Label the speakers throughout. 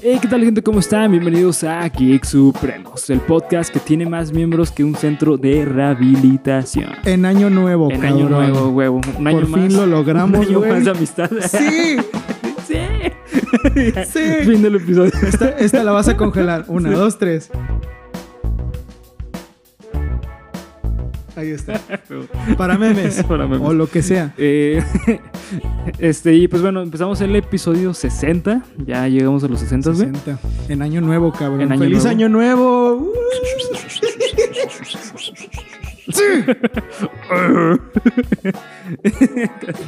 Speaker 1: Hey, ¿qué tal gente? ¿Cómo están? Bienvenidos a Geek Supremos, el podcast que tiene más miembros que un centro de rehabilitación.
Speaker 2: En año nuevo,
Speaker 1: En año
Speaker 2: Oh, cabrón.
Speaker 1: nuevo, huevo. Un año
Speaker 2: Por fin
Speaker 1: más.
Speaker 2: lo
Speaker 1: Un
Speaker 2: logramos,
Speaker 1: año
Speaker 2: güey.
Speaker 1: más de amistad.
Speaker 2: Sí,
Speaker 1: sí.
Speaker 2: sí.
Speaker 1: Fin del episodio.
Speaker 2: Esta, esta la vas a congelar. Una, dos, tres. Ahí está. Para memes.
Speaker 1: Para memes.
Speaker 2: O lo que sea.
Speaker 1: Eh, este, y pues bueno, empezamos el episodio 60. Ya llegamos a los 60, güey.
Speaker 2: 60. En año nuevo, cabrón.
Speaker 1: En año
Speaker 2: Feliz
Speaker 1: nuevo.
Speaker 2: año nuevo. Uh.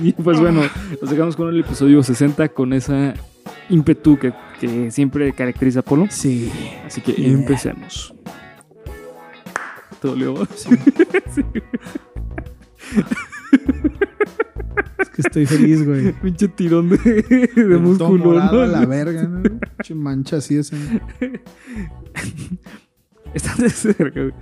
Speaker 1: Y pues bueno, nos dejamos con el episodio 60 con esa ímpetu que, que siempre caracteriza a Polo.
Speaker 2: Sí.
Speaker 1: Así que
Speaker 2: Yeah.
Speaker 1: empecemos. ¿Te dolió?
Speaker 2: Es que estoy feliz, güey.
Speaker 1: Pinche tirón de, de músculo.
Speaker 2: Todo morado
Speaker 1: ¿no?
Speaker 2: a la verga, ¿no? Pinche mancha así esa.
Speaker 1: Estás de cerca, güey.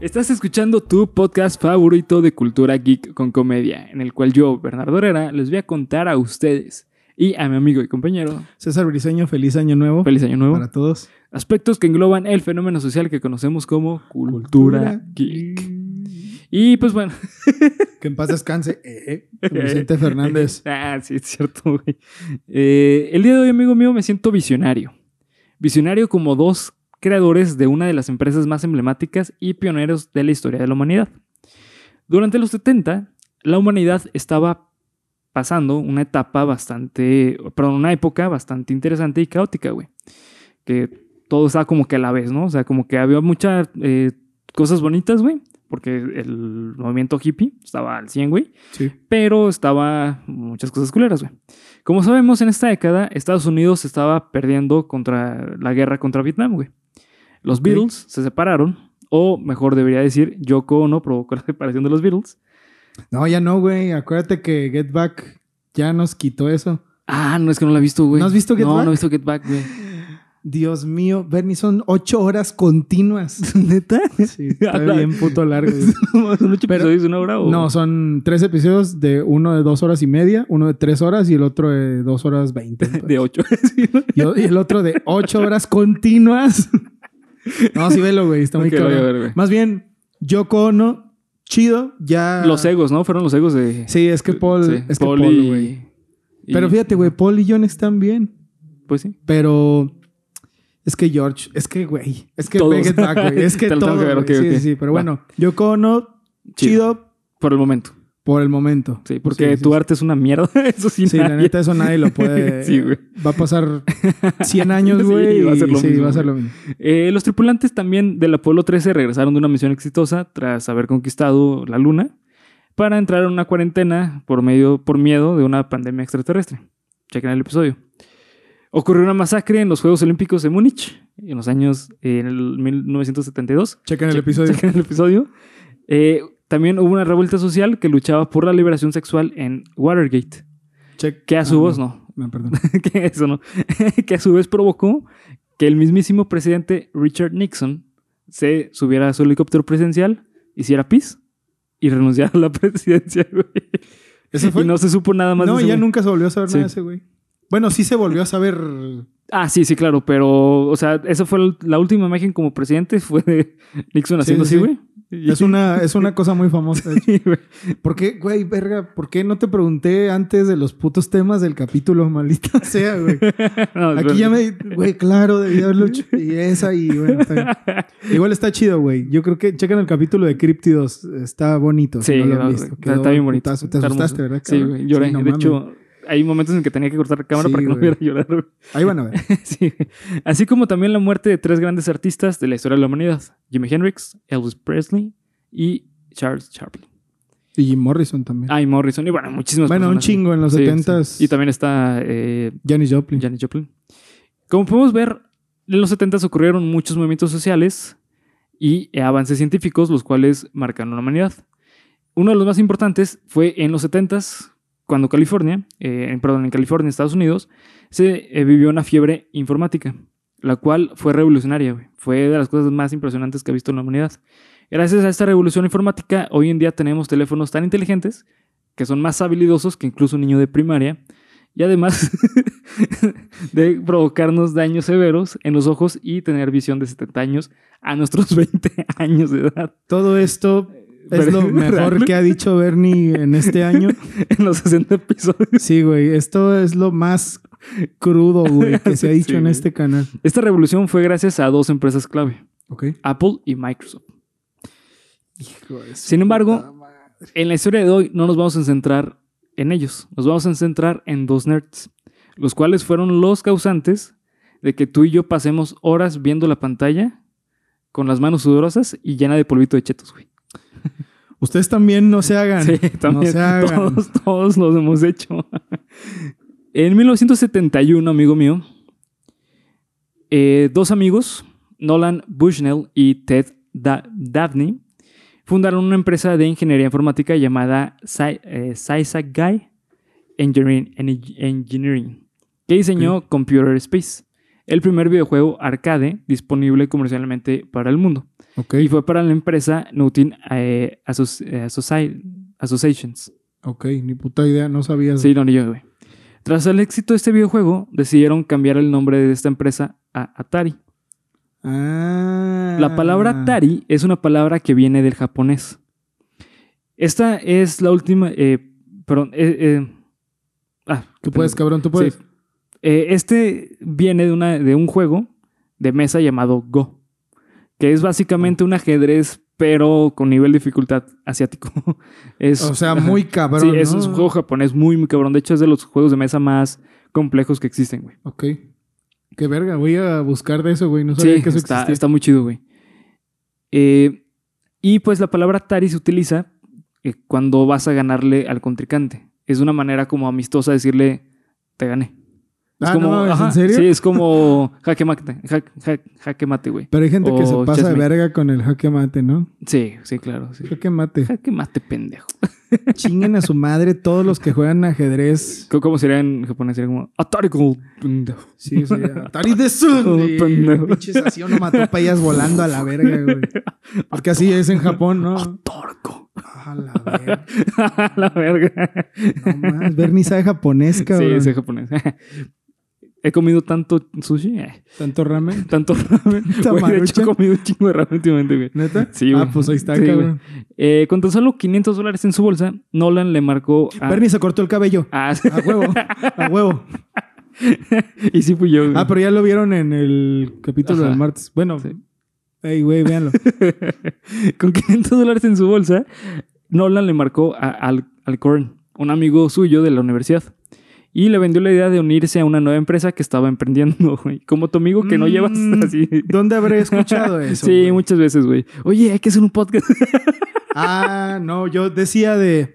Speaker 1: Estás escuchando tu podcast favorito de cultura geek con comedia, en el cual yo, Bernardo Herrera, les voy a contar a ustedes y a mi amigo y compañero,
Speaker 2: César Briseño, feliz año nuevo.
Speaker 1: feliz año nuevo,
Speaker 2: Para todos.
Speaker 1: aspectos que engloban el fenómeno social que conocemos como cultura geek. Y pues bueno,
Speaker 2: Que en paz descanse. Eh, Vicente Fernández.
Speaker 1: Ah, sí, es cierto, güey. Eh, el día de hoy, amigo mío, me siento visionario. Visionario como dos creadores de una de las empresas más emblemáticas y pioneros de la historia de la humanidad. Durante los 70, la humanidad estaba pasando una etapa bastante, perdón, una época bastante interesante y caótica, güey. Que todo estaba como que a la vez, ¿no? O sea, como que había muchas eh, cosas bonitas, güey. Porque el movimiento hippie estaba al 100, güey
Speaker 2: Sí.
Speaker 1: pero estaba muchas cosas culeras, güey. Como sabemos, en esta década Estados Unidos estaba perdiendo contra la guerra contra Vietnam, güey. Los
Speaker 2: Ok.
Speaker 1: Beatles se separaron, o mejor debería decir, Yoko Ono provocó la separación de los Beatles.
Speaker 2: No, ya no, güey. Acuérdate que Get Back ya nos quitó eso.
Speaker 1: Ah, no, es que no la he visto, güey.
Speaker 2: ¿No has visto Get
Speaker 1: no,
Speaker 2: Back?
Speaker 1: No, he visto Get Back, güey.
Speaker 2: Dios mío, Bernie, son ocho horas continuas.
Speaker 1: ¿Neta?
Speaker 2: Sí, está bien puto largo. güey.
Speaker 1: ¿Son ocho
Speaker 2: Pero-
Speaker 1: episodios de una hora o...?
Speaker 2: No, son tres episodios de uno de dos horas y media, uno de tres horas y el otro de dos horas veinte.
Speaker 1: De ocho. Sí, ¿no?
Speaker 2: Y, y el otro de ocho horas continuas. No, sí, velo, güey. Está muy
Speaker 1: Ok, lo voy a
Speaker 2: claro.
Speaker 1: ver, güey.
Speaker 2: Más bien, yo cono, chido, ya.
Speaker 1: Los egos, ¿no? Fueron los egos de...
Speaker 2: Sí, es que Paul,
Speaker 1: Sí,
Speaker 2: es que
Speaker 1: Paul
Speaker 2: Paul,
Speaker 1: y-
Speaker 2: güey.
Speaker 1: y-
Speaker 2: Pero fíjate, güey, Paul y John están bien.
Speaker 1: Pues sí.
Speaker 2: Pero es que George, es que güey, es que
Speaker 1: Todos.
Speaker 2: Big Get Back, güey, es que
Speaker 1: Te lo tengo
Speaker 2: todo.
Speaker 1: que ver,
Speaker 2: güey.
Speaker 1: ok,
Speaker 2: sí,
Speaker 1: ok.
Speaker 2: sí, sí, pero
Speaker 1: Va.
Speaker 2: bueno, yo cono chido,
Speaker 1: Por el momento.
Speaker 2: por el momento.
Speaker 1: Sí, porque
Speaker 2: Sí, sí,
Speaker 1: tu
Speaker 2: sí.
Speaker 1: arte es una mierda. Eso sí,
Speaker 2: Sí, la
Speaker 1: nadie-
Speaker 2: neta eso nadie lo puede.
Speaker 1: Sí, güey.
Speaker 2: Va a pasar 100 años,
Speaker 1: Sí,
Speaker 2: güey,
Speaker 1: va a ser lo
Speaker 2: sí,
Speaker 1: mismo,
Speaker 2: va a ser lo mismo.
Speaker 1: Eh, los tripulantes también del Apolo 13 regresaron de una misión exitosa tras haber conquistado la Luna para entrar en una cuarentena por, medio, por miedo de una pandemia extraterrestre. Chequen el episodio. Ocurrió una masacre en los Juegos Olímpicos de Múnich en los años eh, en el 1972.
Speaker 2: Chequen el
Speaker 1: Che-
Speaker 2: episodio.
Speaker 1: chequen el episodio. Eh, también hubo una revuelta social que luchaba por la liberación sexual en Watergate,
Speaker 2: Che-
Speaker 1: que a su
Speaker 2: Ah,
Speaker 1: voz no,
Speaker 2: No, perdón.
Speaker 1: que eso no, que a su vez provocó que el mismísimo presidente Richard Nixon se subiera a su helicóptero presidencial, hiciera pis y renunciara a la presidencia, güey.
Speaker 2: Ese fue.
Speaker 1: Y no se supo nada más.
Speaker 2: No,
Speaker 1: de ese
Speaker 2: ya
Speaker 1: güey.
Speaker 2: nunca se volvió a saber nada de
Speaker 1: Sí.
Speaker 2: ese güey. Bueno, sí se volvió a saber.
Speaker 1: Ah, sí, sí, claro, pero, o sea, esa fue el- la última imagen como presidente, fue de Nixon
Speaker 2: Sí,
Speaker 1: haciendo
Speaker 2: sí,
Speaker 1: así,
Speaker 2: sí.
Speaker 1: güey. Y-
Speaker 2: Es una, es una cosa muy famosa.
Speaker 1: Sí, güey.
Speaker 2: ¿Por qué, güey, verga? ¿Por qué no te pregunté antes de los putos temas del capítulo, maldita sea, güey?
Speaker 1: No,
Speaker 2: Aquí
Speaker 1: pero-
Speaker 2: ya me... Güey, claro, debí haberlo hecho. Y esa y, bueno, está bien. Igual está chido, güey. Yo creo que... Chequen el capítulo de Cryptidos. Está bonito.
Speaker 1: Sí,
Speaker 2: si no lo han
Speaker 1: no,
Speaker 2: visto.
Speaker 1: está,
Speaker 2: Quedó
Speaker 1: está bien bonito.
Speaker 2: putazo. Te
Speaker 1: Está
Speaker 2: asustaste,
Speaker 1: hermoso.
Speaker 2: ¿verdad?
Speaker 1: Sí,
Speaker 2: cabrón?
Speaker 1: güey, lloré.
Speaker 2: Sí, no
Speaker 1: de
Speaker 2: mames.
Speaker 1: hecho, hay momentos en que tenía que cortar la cámara
Speaker 2: Sí,
Speaker 1: para que no
Speaker 2: güey.
Speaker 1: hubiera llorar, güey.
Speaker 2: Ahí van a ver.
Speaker 1: Sí. Así como también la muerte de tres grandes artistas de la historia de la humanidad: Jimi Hendrix, Elvis Presley y Charles Chaplin.
Speaker 2: Y Jim Morrison también.
Speaker 1: Ay, Morrison. Y bueno, muchísimas
Speaker 2: bueno, un
Speaker 1: personas.
Speaker 2: chingo en los
Speaker 1: Ah, Sí, sí.
Speaker 2: 70s.
Speaker 1: Y también está eh,
Speaker 2: Janis Joplin.
Speaker 1: Janis Joplin. Como podemos ver, en los 70s ocurrieron muchos movimientos sociales y avances científicos, los cuales marcaron la humanidad. Uno de los más importantes fue en los 70s, cuando California, eh, en- perdón, en California, Estados Unidos, se eh, vivió una fiebre informática. la cual fue revolucionaria, güey. Fue de las cosas más impresionantes que ha visto en la humanidad. Gracias a esta revolución informática, hoy en día tenemos teléfonos tan inteligentes que son más habilidosos que incluso un niño de primaria y además de provocarnos daños severos en los ojos y tener visión de 70 años a nuestros 20 años de edad.
Speaker 2: Todo esto es
Speaker 1: Pero-
Speaker 2: lo mejor que ha dicho Bernie en este año.
Speaker 1: En los 60 episodios.
Speaker 2: Sí, güey. Esto es lo más crudo, güey, que se ha dicho
Speaker 1: Sí,
Speaker 2: en
Speaker 1: güey.
Speaker 2: este canal.
Speaker 1: Esta revolución fue gracias a dos empresas clave,
Speaker 2: Ok.
Speaker 1: Apple y Microsoft. Sin embargo, en la historia de hoy no nos vamos a centrar en ellos, nos vamos a centrar en dos nerds, los cuales fueron los causantes de que tú y yo pasemos horas viendo la pantalla con las manos sudorosas y llena de polvito de chetos, güey.
Speaker 2: Ustedes también no se hagan.
Speaker 1: Sí, también.
Speaker 2: No se hagan.
Speaker 1: todos, todos los hemos hecho. En 1971, amigo mío, eh, dos amigos, Nolan Bushnell y Ted Da- Dabney, fundaron una empresa de ingeniería informática llamada Sci- eh, Sysagai Engineering, Eng- Engineering, que diseñó Computer Space, el primer videojuego arcade disponible comercialmente para el mundo
Speaker 2: Ok,
Speaker 1: y fue para la empresa Nutin eh, Asso- eh, Associ- Associations.
Speaker 2: ok. Ni puta idea. No sabías.
Speaker 1: Sí, no, ni yo, güey. Tras el éxito de este videojuego, decidieron cambiar el nombre de esta empresa a Atari.
Speaker 2: Ah.
Speaker 1: La palabra Atari es una palabra que viene del japonés. Esta es la última. eh, perdón. eh, eh, ah,
Speaker 2: Tú puedes,
Speaker 1: pendejo.
Speaker 2: cabrón, tú puedes.
Speaker 1: Sí. Eh, este viene de, una, de un juego de mesa llamado Go, que es básicamente un ajedrez, pero con nivel de dificultad asiático. es,
Speaker 2: O sea,
Speaker 1: ajá.
Speaker 2: muy cabrón.
Speaker 1: Sí, es
Speaker 2: ¿no?
Speaker 1: un juego japonés muy, muy cabrón. De hecho, es de los juegos de mesa más complejos que existen, güey.
Speaker 2: Ok. Qué verga, voy a buscar de eso, güey. No sabía
Speaker 1: Sí,
Speaker 2: que eso
Speaker 1: está,
Speaker 2: existía.
Speaker 1: está muy chido, güey. Eh, y pues la palabra Atari se utiliza eh, cuando vas a ganarle al contrincante. Es una manera como amistosa de decirle, te gané. Es
Speaker 2: Ah,
Speaker 1: como,
Speaker 2: no, mames,
Speaker 1: ajá,
Speaker 2: ¿en serio?
Speaker 1: Sí, es como jaque mate, jaque, jaque- jaque mate, güey.
Speaker 2: Pero hay gente que se
Speaker 1: O
Speaker 2: pasa de
Speaker 1: chessmen.
Speaker 2: verga con el jaque mate, ¿no?
Speaker 1: Sí, sí, claro. sí.
Speaker 2: Jaque mate.
Speaker 1: Jaque mate, pendejo.
Speaker 2: Chinguen a su madre todos los que juegan ajedrez.
Speaker 1: Co- ¿Cómo sería en japonés? Sería como Atari como pendejo.
Speaker 2: Sí, sí. Atari de
Speaker 1: Oh,
Speaker 2: Sun.
Speaker 1: pendejo.
Speaker 2: Pinches así onomatopeyas volando a la verga, güey. Porque así es en Japón, ¿no?
Speaker 1: Torco.
Speaker 2: A la verga.
Speaker 1: la verga.
Speaker 2: No más. Bernie sabe japonés,
Speaker 1: Sí,
Speaker 2: cabrón.
Speaker 1: es japonés. He comido tanto sushi, eh,
Speaker 2: Tanto ramen.
Speaker 1: tanto ramen. Güey, de hecho,
Speaker 2: Tamaruchan.
Speaker 1: he comido un chingo de ramen últimamente, güey.
Speaker 2: ¿Neta?
Speaker 1: Sí, güey.
Speaker 2: Ah, pues ahí está,
Speaker 1: Sí,
Speaker 2: cabrón.
Speaker 1: Eh, con tan solo 500 dólares en su bolsa, Nolan le marcó a...
Speaker 2: Bernie se cortó el cabello.
Speaker 1: Ah,
Speaker 2: A huevo. A huevo.
Speaker 1: y sí fui yo, güey.
Speaker 2: Ah, pero ya lo vieron en el capítulo
Speaker 1: Ajá.
Speaker 2: del martes. Bueno,
Speaker 1: Sí.
Speaker 2: ey, güey, véanlo.
Speaker 1: Con 500 dólares en su bolsa, Nolan le marcó a Al Alcorn, un amigo suyo de la universidad. Y le vendió la idea de unirse a una nueva empresa que estaba emprendiendo, güey. Como tu amigo que no llevas
Speaker 2: Mm,
Speaker 1: así.
Speaker 2: ¿Dónde habré escuchado eso?
Speaker 1: sí,
Speaker 2: güey?
Speaker 1: muchas veces, güey. Oye, hay que hacer un podcast.
Speaker 2: Ah, no, yo decía de,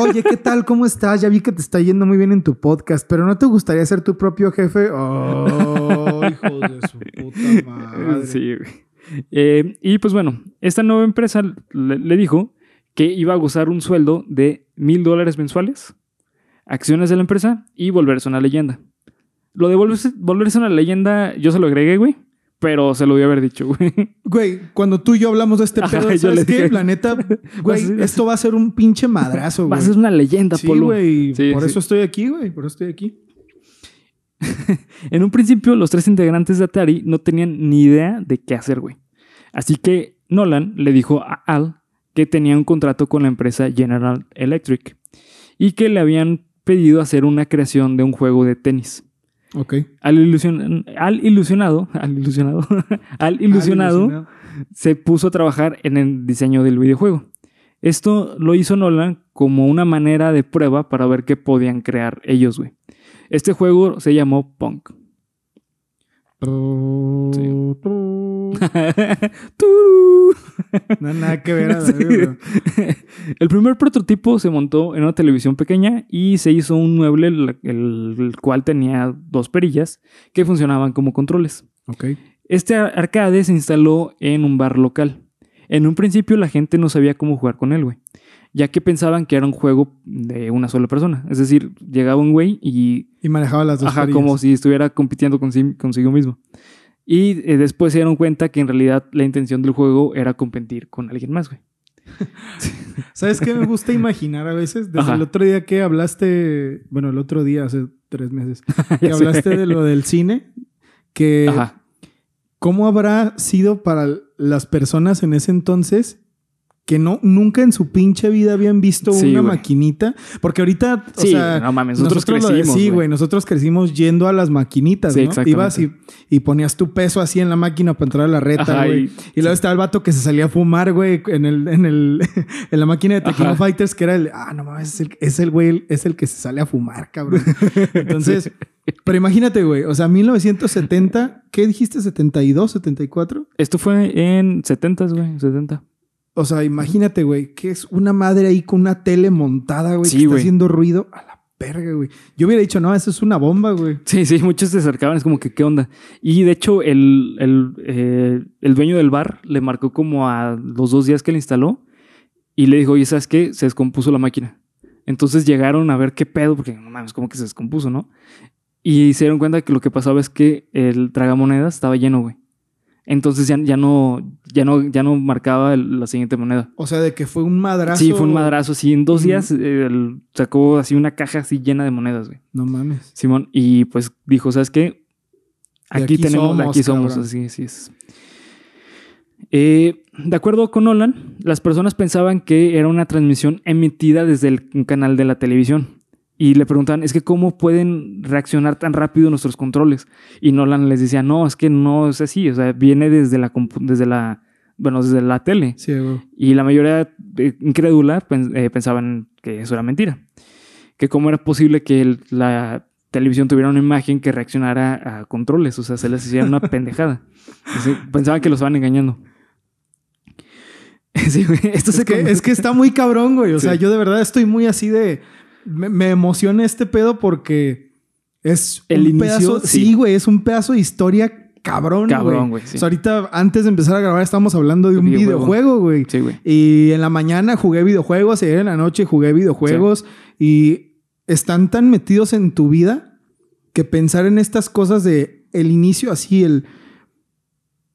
Speaker 2: oye, ¿qué tal? ¿Cómo estás? Ya vi que te está yendo muy bien en tu podcast, pero ¿no te gustaría ser tu propio jefe? Oh, hijo de su puta madre.
Speaker 1: Sí, güey. Eh, y pues bueno, esta nueva empresa le, le dijo que iba a gozar un sueldo de mil dólares mensuales, acciones de la empresa y volverse una leyenda. Lo de volverse, volverse una leyenda, yo se lo agregué, güey, pero se lo voy a haber dicho, güey.
Speaker 2: Güey, cuando tú y yo hablamos de este
Speaker 1: Ajá,
Speaker 2: pedo,
Speaker 1: yo
Speaker 2: ¿sabes
Speaker 1: le
Speaker 2: qué?
Speaker 1: dije.
Speaker 2: La neta,
Speaker 1: Vas a
Speaker 2: güey,
Speaker 1: ser-
Speaker 2: esto va a ser un pinche madrazo,
Speaker 1: Vas
Speaker 2: güey.
Speaker 1: a ser una leyenda,
Speaker 2: Sí,
Speaker 1: Polo.
Speaker 2: güey,
Speaker 1: Sí,
Speaker 2: por
Speaker 1: sí.
Speaker 2: eso estoy aquí, güey, por eso estoy aquí.
Speaker 1: En un principio, los tres integrantes de Atari no tenían ni idea de qué hacer, güey. Así que Nolan le dijo a Al que tenía un contrato con la empresa General Electric y que le habían pedido hacer una creación de un juego de tenis.
Speaker 2: Ok.
Speaker 1: Al, ilusion- al ilusionado, al ilusionado, al
Speaker 2: Ah,
Speaker 1: ilusionado,
Speaker 2: ilusionado.
Speaker 1: se puso a trabajar en el diseño del videojuego. Esto lo hizo Nolan como una manera de prueba para ver qué podían crear ellos, güey. Este juego se llamó Punk.
Speaker 2: Tru, tru.
Speaker 1: Turú.
Speaker 2: No, nada que ver. a la
Speaker 1: Sí.
Speaker 2: verga, güey.
Speaker 1: El primer prototipo se montó en una televisión pequeña y se hizo un mueble el, el cual tenía dos perillas que funcionaban como controles.
Speaker 2: Ok.
Speaker 1: Este ar- arcade se instaló en un bar local. En un principio la gente no sabía cómo jugar con él, güey, ya que pensaban que era un juego de una sola persona. Es decir, llegaba un güey y
Speaker 2: Y manejaba las dos
Speaker 1: Ajá,
Speaker 2: perillas.
Speaker 1: como si estuviera compitiendo con sí- consigo mismo. Y eh, después se dieron cuenta que en realidad la intención del juego era competir con alguien más, güey.
Speaker 2: ¿Sabes qué me gusta imaginar a veces? Desde
Speaker 1: Ajá.
Speaker 2: el otro día que hablaste, bueno, el otro día, hace tres meses, que
Speaker 1: Ya sé.
Speaker 2: hablaste de lo del cine, que
Speaker 1: Ajá.
Speaker 2: cómo habrá sido para las personas en ese entonces que no, nunca en su pinche vida habían visto
Speaker 1: Sí,
Speaker 2: una
Speaker 1: güey.
Speaker 2: maquinita. Porque ahorita, o
Speaker 1: Sí,
Speaker 2: sea,
Speaker 1: no mames, nosotros,
Speaker 2: lo de-
Speaker 1: crecimos.
Speaker 2: sí,
Speaker 1: güey.
Speaker 2: güey, nosotros crecimos yendo a las maquinitas,
Speaker 1: Sí,
Speaker 2: ¿no?
Speaker 1: exactamente.
Speaker 2: Ibas y, y ponías tu peso así en la máquina para entrar a la reta,
Speaker 1: Ajá,
Speaker 2: güey.
Speaker 1: y-
Speaker 2: Y, luego estaba el vato que se salía a fumar, güey, en el, en el, en la máquina de Tekken
Speaker 1: Ajá.
Speaker 2: Fighters, que era el, ah, no mames, es el, es el güey, es el que se sale a fumar, cabrón. Entonces, pero imagínate, güey, o sea, 1970, ¿qué dijiste? ¿72, 74?
Speaker 1: Esto fue en 70, güey, 70.
Speaker 2: O sea, imagínate, güey, que es una madre ahí con una tele montada, güey,
Speaker 1: Sí,
Speaker 2: que está
Speaker 1: güey.
Speaker 2: haciendo ruido a la verga, güey. Yo hubiera dicho, no, eso es una bomba, güey.
Speaker 1: Sí, sí, muchos se acercaban, es como que, ¿qué onda? Y de hecho, el, el, eh, el dueño del bar le marcó como a los dos días que le instaló y le dijo, oye, ¿sabes qué? Se descompuso la máquina. Entonces llegaron a ver qué pedo, porque no mames, como que se descompuso, ¿no? Y se dieron cuenta que lo que pasaba es que el tragamonedas estaba lleno, güey. Entonces ya, ya no, ya no, ya no marcaba el- la siguiente moneda.
Speaker 2: O sea, de que fue un madrazo.
Speaker 1: Sí, fue un madrazo. Sí, en dos
Speaker 2: Ujú.
Speaker 1: días eh, el- sacó así una caja así llena de monedas, güey.
Speaker 2: No mames.
Speaker 1: Simón, y pues dijo, ¿sabes qué?
Speaker 2: De
Speaker 1: Aquí,
Speaker 2: aquí
Speaker 1: tenemos,
Speaker 2: somos,
Speaker 1: aquí somos,
Speaker 2: cabrón.
Speaker 1: así, así es. Eh, de acuerdo con Nolan, las personas pensaban que era una transmisión emitida desde el un canal de la televisión. Y le preguntaban, es que cómo pueden reaccionar tan rápido nuestros controles. Y Nolan les decía, no, es que no es así, o sea, viene desde la, compu- desde la, bueno, desde la tele.
Speaker 2: Sí, güey.
Speaker 1: Y la mayoría eh, incrédula pen- eh, pensaban que eso era mentira. Que cómo era posible que el- la televisión tuviera una imagen que reaccionara a controles. O sea, se les hiciera una pendejada. Entonces, pensaban que los estaban engañando. Sí, güey, esto se
Speaker 2: Es que,
Speaker 1: con-
Speaker 2: es que está muy cabrón, güey. O sea,
Speaker 1: Sí.
Speaker 2: yo de verdad estoy muy así de. Me, me emociona este pedo porque es
Speaker 1: El
Speaker 2: un
Speaker 1: inicio,
Speaker 2: pedazo. Sí.
Speaker 1: sí.
Speaker 2: güey, es un pedazo de historia
Speaker 1: Cabrón,
Speaker 2: cabrón, cabrón.
Speaker 1: güey, sí.
Speaker 2: O sea, ahorita antes de empezar a grabar estábamos hablando de un
Speaker 1: Videojuego.
Speaker 2: videojuego, güey.
Speaker 1: Sí, güey.
Speaker 2: Y en la mañana jugué videojuegos, y en la noche jugué videojuegos y están tan metidos en tu vida que pensar en estas cosas de el inicio así el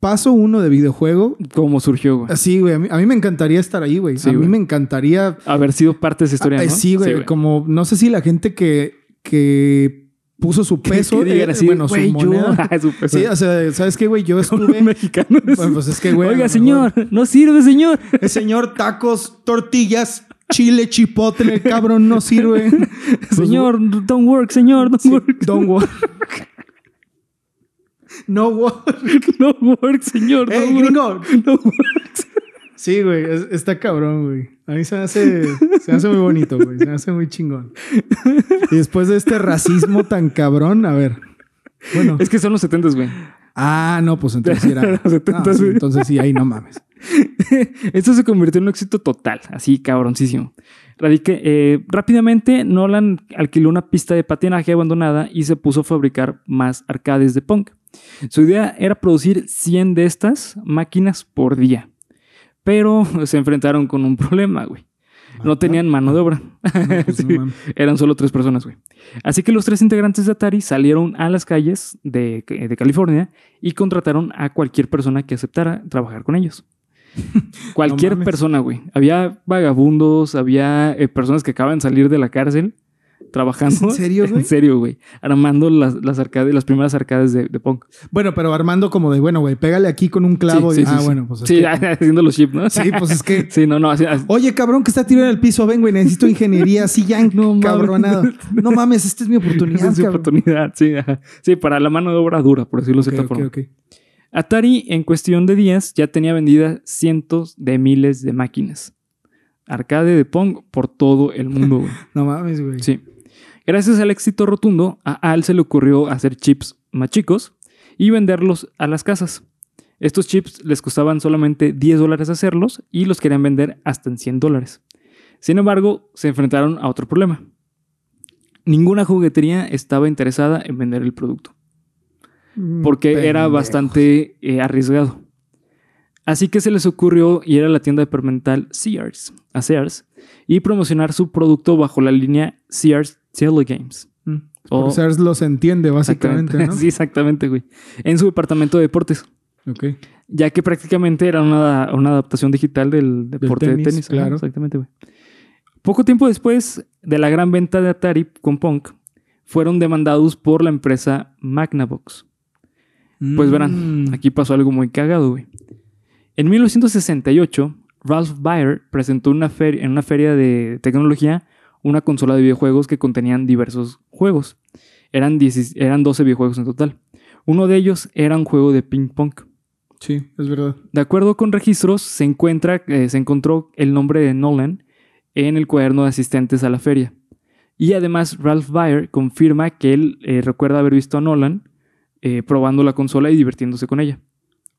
Speaker 2: paso uno de videojuego
Speaker 1: Cómo surgió, güey.
Speaker 2: Así, güey. A mí, a mí me encantaría estar ahí, güey.
Speaker 1: Sí,
Speaker 2: a mí
Speaker 1: güey.
Speaker 2: me encantaría.
Speaker 1: Haber sido parte de esa historia,
Speaker 2: Ah, eh,
Speaker 1: ¿no?
Speaker 2: sí, güey. como no sé si la gente que, que puso su peso.
Speaker 1: Que digan
Speaker 2: eh,
Speaker 1: así,
Speaker 2: bueno,
Speaker 1: güey,
Speaker 2: su
Speaker 1: yo-
Speaker 2: moneda.
Speaker 1: Ah, su peso.
Speaker 2: Sí, o sea, ¿sabes qué, güey? Yo estuve.
Speaker 1: mexicano.
Speaker 2: Bueno, pues es que, güey. a
Speaker 1: Oiga,
Speaker 2: lo Pues,
Speaker 1: señor, no sirve, señor.
Speaker 2: mejor- El señor, tacos, tortillas, chile, chipotle, cabrón, no sirve. Pues,
Speaker 1: señor, don't work, señor, don't
Speaker 2: güey,
Speaker 1: work.
Speaker 2: sí, don't work. No work.
Speaker 1: No work, señor. No
Speaker 2: Hey,
Speaker 1: work.
Speaker 2: gringo.
Speaker 1: No work.
Speaker 2: Sí, güey. es- está cabrón, güey. A mí se me hace, se me hace muy bonito, güey. Se me hace muy chingón. Y después de este racismo tan cabrón, a ver. Bueno.
Speaker 1: Es que son los 70, güey.
Speaker 2: Ah, no, pues entonces sí era.
Speaker 1: Los
Speaker 2: Ah, sí,
Speaker 1: 70s, güey.
Speaker 2: entonces sí, ahí no mames.
Speaker 1: Esto se convirtió en un éxito total, así cabroncísimo. Radique, eh, rápidamente, Nolan alquiló una pista de patinaje abandonada y se puso a fabricar más arcades de punk. Su idea era producir 100 de estas máquinas por día. Pero se enfrentaron con un problema, güey. No tenían mano de obra.
Speaker 2: Ah, No, pues, no
Speaker 1: Sí.
Speaker 2: mames.
Speaker 1: Eran solo tres personas, güey. Así que los tres integrantes de Atari salieron a las calles de, de California y contrataron a cualquier persona que aceptara trabajar con ellos. cualquier
Speaker 2: mames.
Speaker 1: persona, güey. Había vagabundos, había eh, personas que acaban de salir de la cárcel trabajando.
Speaker 2: ¿En serio, güey?
Speaker 1: En serio, güey. Armando las, las, arcades, las primeras arcades de, de punk.
Speaker 2: Bueno, pero Armando como de, bueno, güey, pégale aquí con un clavo.
Speaker 1: Sí,
Speaker 2: y,
Speaker 1: sí,
Speaker 2: ah,
Speaker 1: sí.
Speaker 2: bueno, pues es
Speaker 1: sí,
Speaker 2: que-
Speaker 1: haciendo los chips, ¿no?
Speaker 2: sí, pues es que...
Speaker 1: Sí, no, no. así- así-
Speaker 2: Oye, cabrón, que está tirado en el piso. Ven, güey, necesito ingeniería. Sí, ya,
Speaker 1: No mames.
Speaker 2: cabronada. No mames, esta es mi
Speaker 1: esa
Speaker 2: oportunidad,
Speaker 1: es su
Speaker 2: cabrón.
Speaker 1: oportunidad, sí. ajá. Sí, para la mano de obra dura, por decirlo de cierta
Speaker 2: Ok,
Speaker 1: forma.
Speaker 2: ok, ok.
Speaker 1: Atari en cuestión de días ya tenía vendidas cientos de miles de máquinas. Arcade de Pong por todo el mundo. güey.
Speaker 2: No mames, güey.
Speaker 1: Sí. Gracias al éxito rotundo, a Al se le ocurrió hacer chips más chicos y venderlos a las casas. Estos chips les costaban solamente 10 dólares hacerlos y los querían vender hasta en 100 dólares. Sin embargo, se enfrentaron a otro problema. Ninguna juguetería estaba interesada en vender el producto porque era
Speaker 2: Mm, Pendejo.
Speaker 1: bastante eh, arriesgado. Así que se les ocurrió ir a la tienda departamental Sears, a Sears y promocionar su producto bajo la línea Sears Telegames.
Speaker 2: Mm.
Speaker 1: O-
Speaker 2: Por Sears los entiende, básicamente, ¿no?
Speaker 1: Sí, exactamente, güey. En su departamento de deportes.
Speaker 2: Ok.
Speaker 1: Ya que prácticamente era una, una adaptación digital del deporte
Speaker 2: tenis,
Speaker 1: de tenis. Ajá,
Speaker 2: claro.
Speaker 1: exactamente, güey. Poco tiempo después de la gran venta de Atari con Punk, fueron demandados por la empresa Magnavox. Pues verán,
Speaker 2: Mm.
Speaker 1: aquí pasó algo muy cagado, güey. En 1968, Ralph Baer presentó una fer- en una feria de tecnología una consola de videojuegos que contenían diversos juegos. Eran, 10 eran 12 videojuegos en total. Uno de ellos era un juego de ping-pong.
Speaker 2: Sí, es verdad.
Speaker 1: De acuerdo con registros, se, encuentra, eh, se encontró el nombre de Nolan en el cuaderno de asistentes a la feria. Y además, Ralph Baer confirma que él eh, recuerda haber visto a Nolan eh, probando la consola y divirtiéndose con ella.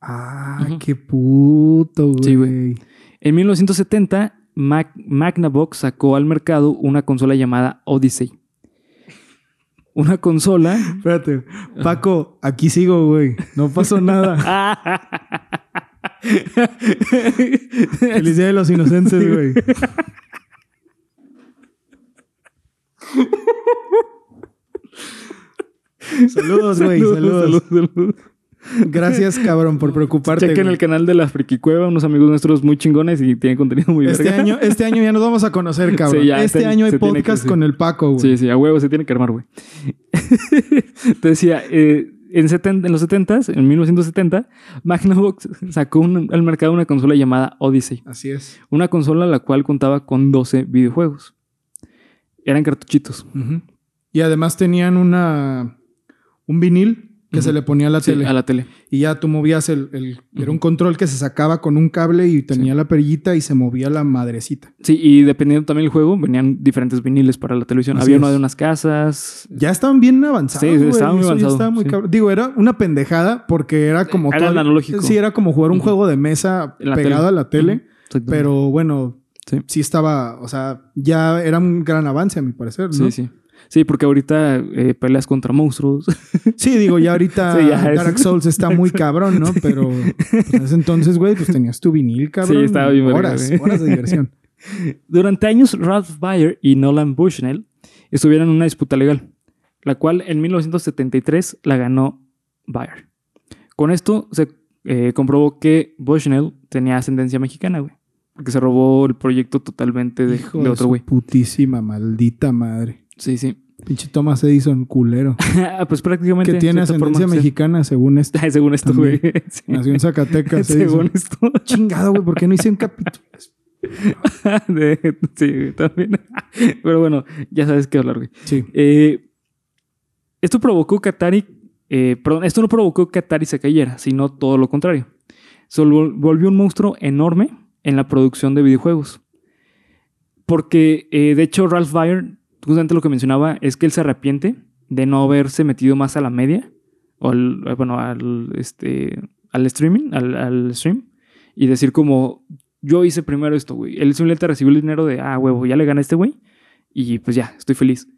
Speaker 2: Ah,
Speaker 1: Ujú.
Speaker 2: qué puto, güey.
Speaker 1: Sí, güey. En 1970, Mac- Magnavox sacó al mercado una consola llamada Odyssey. Una consola.
Speaker 2: Espérate. Paco, aquí sigo, güey. No pasó nada. Feliz Día de los Inocentes, güey. Saludos, güey. Saludos,
Speaker 1: saludos, saludos.
Speaker 2: Gracias, cabrón, por preocuparte.
Speaker 1: Chequen
Speaker 2: güey.
Speaker 1: el canal de la Friki Cueva, unos amigos nuestros muy chingones y tienen contenido muy
Speaker 2: Este
Speaker 1: verga.
Speaker 2: año, este año ya nos vamos a conocer, cabrón.
Speaker 1: Sí, ya,
Speaker 2: este
Speaker 1: se-
Speaker 2: año hay
Speaker 1: se tiene que
Speaker 2: podcast
Speaker 1: decir.
Speaker 2: con el Paco, güey.
Speaker 1: Sí, sí, a huevo se tiene que armar, güey. Te decía, eh, en, seten- en los 70s, en 1970, Magnavox sacó un- al mercado una consola llamada Odyssey.
Speaker 2: Así es.
Speaker 1: Una consola la cual contaba con 12 videojuegos. Eran cartuchitos.
Speaker 2: Ujú. Y además tenían una un vinil que
Speaker 1: Ujú.
Speaker 2: se le ponía a la
Speaker 1: Sí,
Speaker 2: tele.
Speaker 1: A la tele.
Speaker 2: Y ya tú movías el... el- Era un
Speaker 1: Ujú.
Speaker 2: control que se sacaba con un cable y tenía la perillita y se movía la madrecita.
Speaker 1: Sí, y dependiendo también del juego, venían diferentes viniles para la televisión.
Speaker 2: Así
Speaker 1: Había uno
Speaker 2: es.
Speaker 1: de unas casas.
Speaker 2: Ya estaban bien avanzados,
Speaker 1: Sí,
Speaker 2: güey.
Speaker 1: estaba muy
Speaker 2: Eso ya
Speaker 1: avanzado,
Speaker 2: estaba muy
Speaker 1: sí.
Speaker 2: cabrón. Digo, era una pendejada porque era como...
Speaker 1: Era
Speaker 2: todo-
Speaker 1: analógico.
Speaker 2: Sí, era como jugar un
Speaker 1: Ujú.
Speaker 2: juego de mesa
Speaker 1: En la
Speaker 2: pegado
Speaker 1: tele.
Speaker 2: a la tele.
Speaker 1: Exactamente.
Speaker 2: Pero bueno,
Speaker 1: Sí.
Speaker 2: sí estaba... O sea, ya era un gran avance a mi parecer, ¿no?
Speaker 1: Sí, sí. Sí, porque ahorita eh, peleas contra monstruos.
Speaker 2: Sí, digo, ya ahorita
Speaker 1: Sí, ya es-
Speaker 2: Dark Souls está muy cabrón, ¿no? Pero pues, en ese entonces, güey, pues tenías tu vinil, cabrón.
Speaker 1: Sí, estaba bien verga,
Speaker 2: Horas,
Speaker 1: güey.
Speaker 2: horas de diversión.
Speaker 1: Durante años, Ralph Baer y Nolan Bushnell estuvieron en una disputa legal, la cual en 1973 la ganó Bayer. Con esto se eh, comprobó que Bushnell tenía ascendencia mexicana, güey. Porque se robó el proyecto totalmente de,
Speaker 2: Hijo
Speaker 1: de
Speaker 2: de
Speaker 1: otro
Speaker 2: su
Speaker 1: güey.
Speaker 2: Putísima, maldita madre.
Speaker 1: Sí, sí.
Speaker 2: Pinche Thomas Edison, culero.
Speaker 1: Ah, pues prácticamente.
Speaker 2: Que
Speaker 1: de
Speaker 2: tiene
Speaker 1: cierta forma,
Speaker 2: ascendencia
Speaker 1: sí.
Speaker 2: mexicana, según esto.
Speaker 1: Ay, Según esto, güey.
Speaker 2: También.
Speaker 1: Sí.
Speaker 2: Nació en Zacatecas.
Speaker 1: Según
Speaker 2: Edison.
Speaker 1: esto.
Speaker 2: Chingado, güey, ¿por qué no hice un capítulo?
Speaker 1: De- sí, güey, también. Pero bueno, ya sabes qué hablar, güey.
Speaker 2: Sí.
Speaker 1: Eh, esto provocó que Atari, eh, perdón, esto no provocó que Atari se cayera, sino todo lo contrario. Se vol- volvió un monstruo enorme en la producción de videojuegos. Porque, eh, de hecho, Ralph Baer, justamente lo que mencionaba, es que él se arrepiente de no haberse metido más a la media, o al, eh, bueno, al, este, al streaming, al, al stream, y decir como, yo hice primero esto, güey. Él simplemente recibió el dinero de, ah, huevo, ya le gané a este güey, y pues ya, estoy feliz.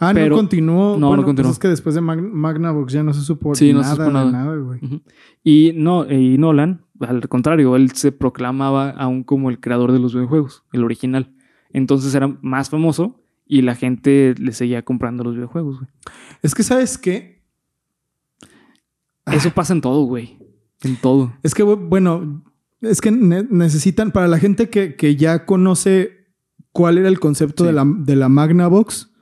Speaker 2: Ah,
Speaker 1: Pero-
Speaker 2: no continuó.
Speaker 1: no, no
Speaker 2: Bueno, pues
Speaker 1: continuó.
Speaker 2: es que después de Mag- Magnavox ya no se supo
Speaker 1: Sí, no se
Speaker 2: nada
Speaker 1: supo nada.
Speaker 2: de nada, güey.
Speaker 1: Y, no, eh, y Nolan, al contrario, él se proclamaba aún como el creador de los videojuegos, el original. Entonces era más famoso y la gente le seguía comprando los videojuegos, güey.
Speaker 2: Es que, ¿sabes qué? Ah.
Speaker 1: Eso pasa en todo, güey. En todo.
Speaker 2: Es que, bu- bueno, es que ne- necesitan, para la gente que, que ya conoce cuál era el concepto
Speaker 1: Sí.
Speaker 2: de, la, de la Magnavox,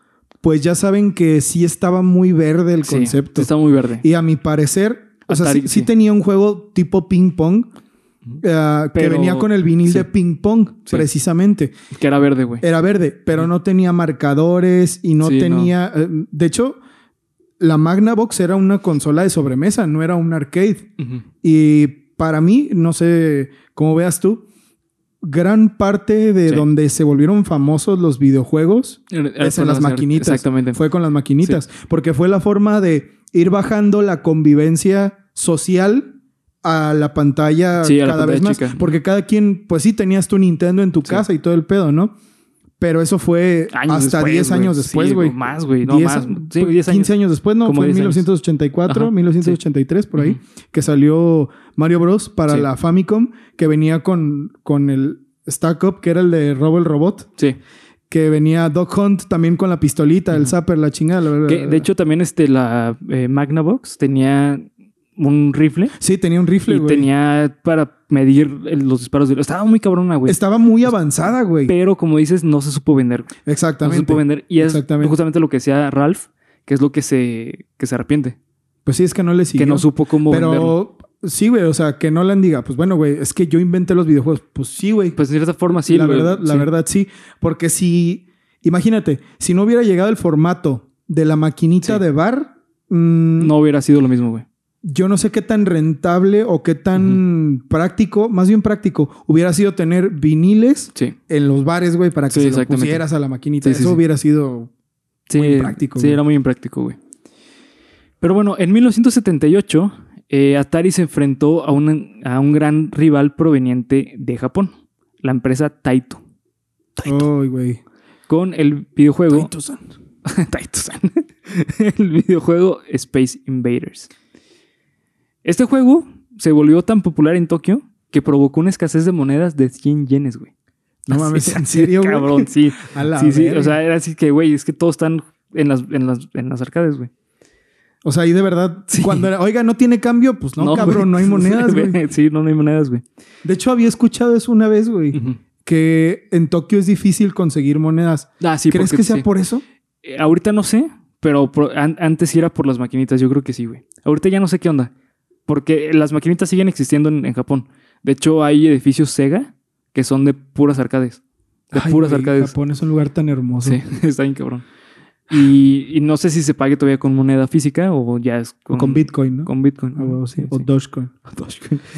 Speaker 2: pues ya saben que sí estaba muy verde el
Speaker 1: Sí,
Speaker 2: concepto.
Speaker 1: está muy verde.
Speaker 2: Y a mi parecer, o sea,
Speaker 1: Atari,
Speaker 2: sí, sí
Speaker 1: sí.
Speaker 2: tenía un juego tipo ping pong.
Speaker 1: Ujú.
Speaker 2: ah,
Speaker 1: Pero-
Speaker 2: que venía con el vinil
Speaker 1: sí.
Speaker 2: de ping pong,
Speaker 1: Sí.
Speaker 2: precisamente.
Speaker 1: que era verde, güey.
Speaker 2: Era verde, pero
Speaker 1: Ujú.
Speaker 2: no tenía marcadores y no
Speaker 1: Sí, no.
Speaker 2: tenía. eh, de hecho, la Magnavox era una consola de sobremesa, no era un arcade.
Speaker 1: Ujú.
Speaker 2: Y para mí, no sé cómo veas tú, gran parte de
Speaker 1: Sí.
Speaker 2: donde se volvieron famosos los videojuegos
Speaker 1: Era- era
Speaker 2: es en
Speaker 1: con
Speaker 2: las maquinitas.
Speaker 1: Exactamente.
Speaker 2: fue con las maquinitas, porque fue la forma de ir bajando la convivencia social a la pantalla
Speaker 1: Sí, a la
Speaker 2: cada
Speaker 1: pantalla
Speaker 2: vez más,
Speaker 1: chica.
Speaker 2: porque cada quien, pues sí, tenías tu Nintendo en tu
Speaker 1: Sí.
Speaker 2: casa y todo el pedo, ¿no? Pero eso fue
Speaker 1: Años
Speaker 2: hasta
Speaker 1: después,
Speaker 2: 10
Speaker 1: güey.
Speaker 2: años
Speaker 1: Sí,
Speaker 2: después, güey.
Speaker 1: más, güey. No,
Speaker 2: 10
Speaker 1: más.
Speaker 2: a-
Speaker 1: Sí, 10 años.
Speaker 2: 15 años después, no,
Speaker 1: Como
Speaker 2: fue en
Speaker 1: 10 años.
Speaker 2: 1984,
Speaker 1: Ajá,
Speaker 2: 1983, por ahí,
Speaker 1: Ujú.
Speaker 2: que salió Mario Bros. para
Speaker 1: Sí.
Speaker 2: la Famicom, que venía con, con el Stack Up, que era el de Robo el Robot,
Speaker 1: Sí.
Speaker 2: que venía Doc Hunt también con la pistolita, el zapper, la chingada. la- la-
Speaker 1: Que, de hecho, también este, la eh, Magnavox tenía un rifle
Speaker 2: sí, tenía un rifle,
Speaker 1: y
Speaker 2: güey.
Speaker 1: tenía para medir el- los disparos. De... Estaba muy cabrona, güey.
Speaker 2: Estaba muy avanzada, güey.
Speaker 1: Pero como dices, no se supo vender. güey. No se
Speaker 2: Exactamente.
Speaker 1: supo vender. Y es
Speaker 2: Exactamente.
Speaker 1: justamente lo que decía Ralph, que es lo que se, que se arrepiente.
Speaker 2: Pues sí, es que no le siguió.
Speaker 1: que no supo cómo
Speaker 2: Pero
Speaker 1: venderlo.
Speaker 2: sí, güey, o sea, que Nolan diga, pues bueno, güey, es que yo inventé los videojuegos. Pues sí, güey.
Speaker 1: Pues de cierta forma, sí.
Speaker 2: la
Speaker 1: güey.
Speaker 2: verdad, la
Speaker 1: Sí.
Speaker 2: verdad sí, porque si imagínate, si no hubiera llegado el formato de la maquinita
Speaker 1: Sí.
Speaker 2: de bar, mm,
Speaker 1: No hubiera sido lo mismo, güey.
Speaker 2: yo no sé qué tan rentable o qué tan práctico, más bien práctico, hubiera sido tener viniles
Speaker 1: Sí.
Speaker 2: en los bares, güey, para que
Speaker 1: Sí,
Speaker 2: se lo
Speaker 1: exactamente.
Speaker 2: pusieras a la maquinita.
Speaker 1: Sí, sí,
Speaker 2: Eso
Speaker 1: sí.
Speaker 2: hubiera sido
Speaker 1: Sí,
Speaker 2: Muy impráctico,
Speaker 1: Sí,
Speaker 2: güey.
Speaker 1: era muy impráctico, güey. Pero bueno, en 1978, eh, Atari se enfrentó a un, a un gran rival proveniente de Japón, la empresa Taito,
Speaker 2: Ay, güey.
Speaker 1: con el videojuego
Speaker 2: Taito-san.
Speaker 1: Taito-san. el videojuego Space Invaders. Este juego se volvió tan popular en Tokio que provocó una escasez de monedas de 100 yenes, güey.
Speaker 2: No
Speaker 1: Así-
Speaker 2: mames, ¿en
Speaker 1: así de
Speaker 2: serio, güey?
Speaker 1: Cabrón, sí.
Speaker 2: A la
Speaker 1: sí, sí.
Speaker 2: verga.
Speaker 1: O sea, era así que, güey, es que todos están en las, en las, en las arcades, güey.
Speaker 2: O sea, ahí de verdad,
Speaker 1: Sí.
Speaker 2: cuando era, oiga, no tiene cambio, pues no,
Speaker 1: güey.
Speaker 2: cabrón, no hay monedas, güey.
Speaker 1: Sí, no, no hay monedas, güey.
Speaker 2: De hecho, había escuchado eso una vez, güey, que en Tokio es difícil conseguir monedas.
Speaker 1: Ah, sí,
Speaker 2: ¿Crees
Speaker 1: porque
Speaker 2: que sea
Speaker 1: sí.
Speaker 2: por eso?
Speaker 1: Eh, ahorita no sé, pero por- an- antes sí era por las maquinitas, yo creo que sí, güey. Ahorita ya no sé qué onda. Porque las maquinitas siguen existiendo en, en Japón. De hecho, hay edificios Sega que son de puras arcades. De
Speaker 2: Ay,
Speaker 1: puras
Speaker 2: güey,
Speaker 1: arcades.
Speaker 2: Japón es un lugar tan hermoso.
Speaker 1: Sí, está bien cabrón. Y, y no sé si se pague todavía con moneda física o ya es
Speaker 2: O con Bitcoin, ¿no?
Speaker 1: Con Bitcoin.
Speaker 2: Ah, huevo, sí.
Speaker 1: Sí,
Speaker 2: O
Speaker 1: sí.
Speaker 2: Dogecoin.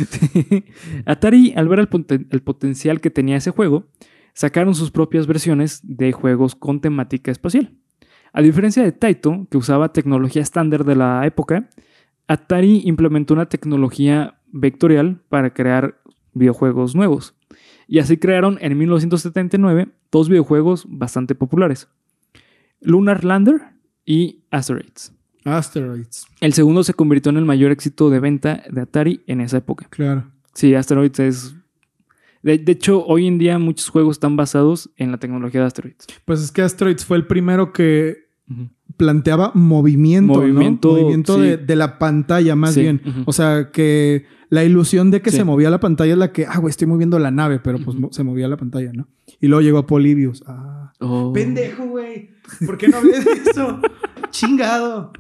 Speaker 1: Sí. Atari, al ver el, poten- el potencial que tenía ese juego, sacaron sus propias versiones de juegos con temática espacial. A diferencia de Taito, que usaba tecnología estándar de la época, Atari implementó una tecnología vectorial para crear videojuegos nuevos. Y así crearon en 1979 dos videojuegos bastante populares: Lunar Lander y Asteroids.
Speaker 2: Asteroids.
Speaker 1: El segundo se convirtió en el mayor éxito de venta de Atari en esa época.
Speaker 2: Claro.
Speaker 1: Sí, Asteroids es. De, de hecho, hoy en día muchos juegos están basados en la tecnología de Asteroids.
Speaker 2: Pues es que Asteroids fue el primero que planteaba movimiento, ¿no?
Speaker 1: Movimiento,
Speaker 2: Movimiento
Speaker 1: sí.
Speaker 2: de, de la pantalla, más
Speaker 1: Sí,
Speaker 2: bien.
Speaker 1: ujú.
Speaker 2: O sea, que la ilusión de que
Speaker 1: Sí.
Speaker 2: se movía la pantalla es la que, ah, güey, estoy moviendo la nave, pero pues
Speaker 1: Ujú.
Speaker 2: mo- se movía la pantalla, ¿no? Y luego llegó Polybius. Ah.
Speaker 1: Oh.
Speaker 2: Pendejo, güey. ¿Por qué no hablé de eso? Chingado.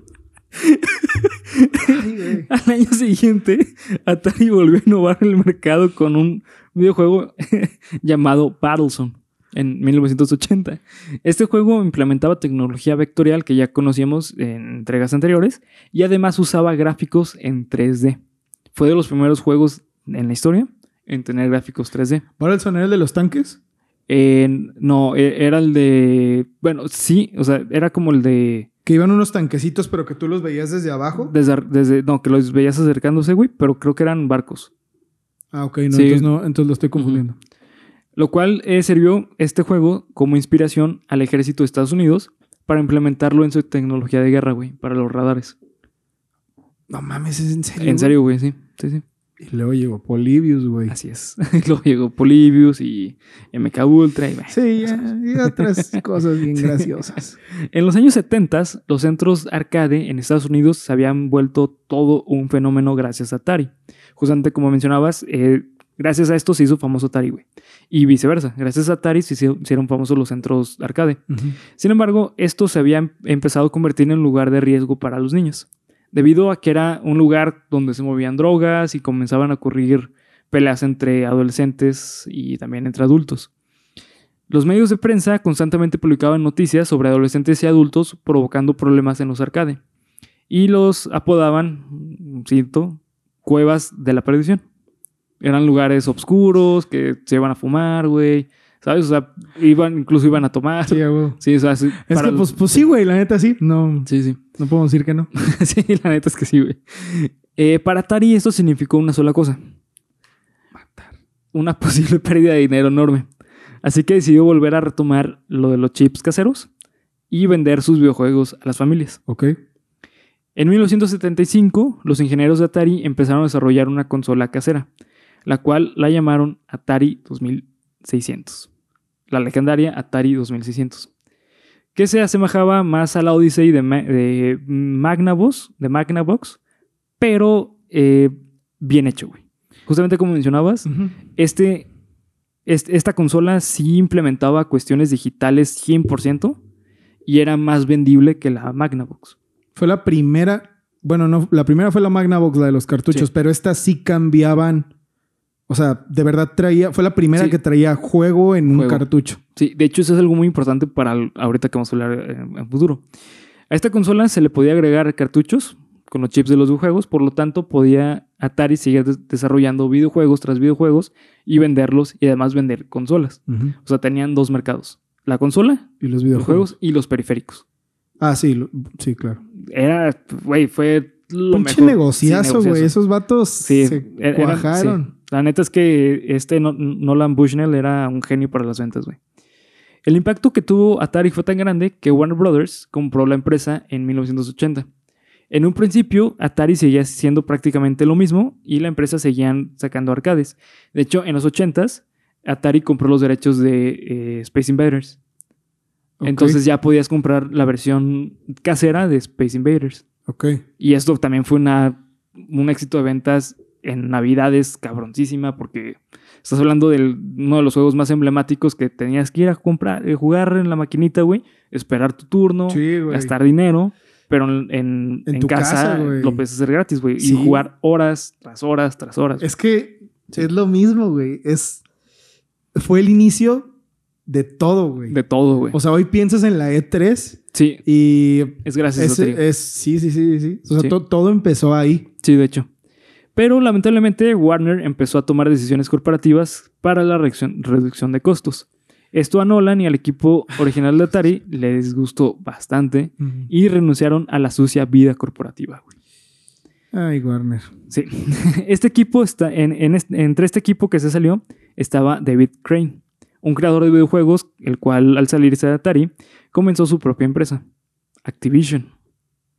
Speaker 2: Ay, güey.
Speaker 1: Al año siguiente, Atari volvió a innovar el mercado con un videojuego llamado Battlezone en 1980. Este juego implementaba tecnología vectorial que ya conocíamos en entregas anteriores y además usaba gráficos en 3D. Fue de los primeros juegos en la historia en tener gráficos 3D.
Speaker 2: ¿Para el sonero de los tanques?
Speaker 1: Eh, no, e- era el de. Bueno, sí, o sea, era como el de.
Speaker 2: Que iban unos tanquecitos, pero que tú los veías desde abajo.
Speaker 1: Desde, ar- desde- no, que los veías acercándose, güey, pero creo que eran barcos.
Speaker 2: Ah, ok, no,
Speaker 1: Sí.
Speaker 2: entonces no, entonces lo estoy confundiendo.
Speaker 1: Lo cual eh, sirvió este juego como inspiración al ejército de Estados Unidos para implementarlo en su tecnología de guerra, güey, para los radares.
Speaker 2: No mames, es en serio.
Speaker 1: En serio, güey, sí, sí, sí.
Speaker 2: güey? Y luego llegó Polybius, güey.
Speaker 1: Así es. Luego llegó Polybius y MK Ultra y bueno.
Speaker 2: Sí, ya, y otras cosas bien
Speaker 1: Sí.
Speaker 2: graciosas.
Speaker 1: En los años 70, los centros arcade en Estados Unidos se habían vuelto todo un fenómeno gracias a Atari. Justamente como mencionabas, eh, gracias a esto se hizo famoso Atari, güey. Y viceversa, gracias a Atari se hizo- hicieron famosos los centros arcade. Sin embargo, esto se había em- empezado a convertir en lugar de riesgo para los niños, debido a que era un lugar donde se movían drogas y comenzaban a ocurrir peleas entre adolescentes y también entre adultos. Los medios de prensa constantemente publicaban noticias sobre adolescentes y adultos provocando problemas en los arcade y los apodaban, siento, cuevas de la perdición. Eran lugares oscuros que se iban a fumar, güey. ¿Sabes? O sea, iban, incluso iban a tomar.
Speaker 2: Sí, ya, güey.
Speaker 1: Sí, o sea, sí,
Speaker 2: Es
Speaker 1: para
Speaker 2: que,
Speaker 1: los-
Speaker 2: pues, pues sí, güey, la neta sí. No,
Speaker 1: Sí, sí.
Speaker 2: no podemos decir que no.
Speaker 1: sí, la neta es que sí, güey. Eh, para Atari esto significó una sola cosa. Una posible pérdida de dinero enorme. Así que decidió volver a retomar lo de los chips caseros y vender sus videojuegos a las familias.
Speaker 2: Ok.
Speaker 1: En 1975, los ingenieros de Atari empezaron a desarrollar una consola casera, la cual la llamaron Atari 2600. la legendaria Atari 2600. Que se asemejaba más a la Odyssey de, Ma- de Magnavox, de Magnavox, pero eh, bien hecho, güey. Justamente como mencionabas,
Speaker 2: Ujú.
Speaker 1: este, est- esta consola sí implementaba cuestiones digitales 100% y era más vendible que la Magnavox.
Speaker 2: Fue la primera. Bueno, no, la primera fue la Magnavox, la de los cartuchos,
Speaker 1: Sí.
Speaker 2: pero estas sí cambiaban. O sea, de verdad traía. Fue la primera
Speaker 1: Sí.
Speaker 2: que traía juego en un
Speaker 1: Juego.
Speaker 2: cartucho.
Speaker 1: Sí, de hecho eso es algo muy importante para el- ahorita que vamos a hablar eh, en futuro. A esta consola se le podía agregar cartuchos con los chips de los videojuegos, por lo tanto podía Atari seguir des- desarrollando videojuegos tras videojuegos y venderlos y además vender consolas. O sea, tenían dos mercados, la consola,
Speaker 2: Y los
Speaker 1: los
Speaker 2: videojuegos.
Speaker 1: juegos y los periféricos.
Speaker 2: Ah, sí, lo- sí, claro.
Speaker 1: Era, güey, fue lo
Speaker 2: Pinche
Speaker 1: mejor. Sí,
Speaker 2: negociazo, güey. Esos vatos
Speaker 1: Sí,
Speaker 2: se
Speaker 1: er- eran-
Speaker 2: cuajaron.
Speaker 1: La neta es que este No- Nolan Bushnell era un genio para las ventas, güey. El impacto que tuvo Atari fue tan grande que Warner Brothers compró la empresa en 1980. En un principio, Atari seguía siendo prácticamente lo mismo y la empresa seguían sacando arcades. De hecho, en los 80s, Atari compró los derechos de eh, Space Invaders.
Speaker 2: Ok,
Speaker 1: Entonces ya podías comprar la versión casera de Space Invaders.
Speaker 2: Ok.
Speaker 1: Y esto también fue una, un éxito de ventas en Navidades cabroncísima porque estás hablando de uno de los juegos más emblemáticos que tenías que ir a comprar, eh, jugar en la maquinita, güey, esperar tu turno,
Speaker 2: Sí, güey.
Speaker 1: gastar dinero, pero en, en-
Speaker 2: En
Speaker 1: en
Speaker 2: tu
Speaker 1: casa,
Speaker 2: casa, güey.
Speaker 1: lo puedes hacer gratis, güey,
Speaker 2: Sí.
Speaker 1: y jugar horas tras horas tras horas.
Speaker 2: Es que es lo mismo, güey. Es. Fue el inicio de todo, güey.
Speaker 1: de todo, güey.
Speaker 2: O sea, hoy piensas en la E3
Speaker 1: sí,
Speaker 2: y
Speaker 1: es gracias a Atari.
Speaker 2: Ese es, sí, sí, sí, sí. O sea,
Speaker 1: Sí.
Speaker 2: to- todo empezó ahí.
Speaker 1: Sí, de hecho. Pero lamentablemente Warner empezó a tomar decisiones corporativas para la reducción, reducción de costos. Esto a Nolan y al equipo original de Atari le disgustó bastante y renunciaron a la sucia vida corporativa. güey.
Speaker 2: Ay, Warner.
Speaker 1: Sí. Este equipo está en, en est- entre este equipo que se salió estaba David Crane, un creador de videojuegos, el cual al salirse de Atari comenzó su propia empresa, Activision.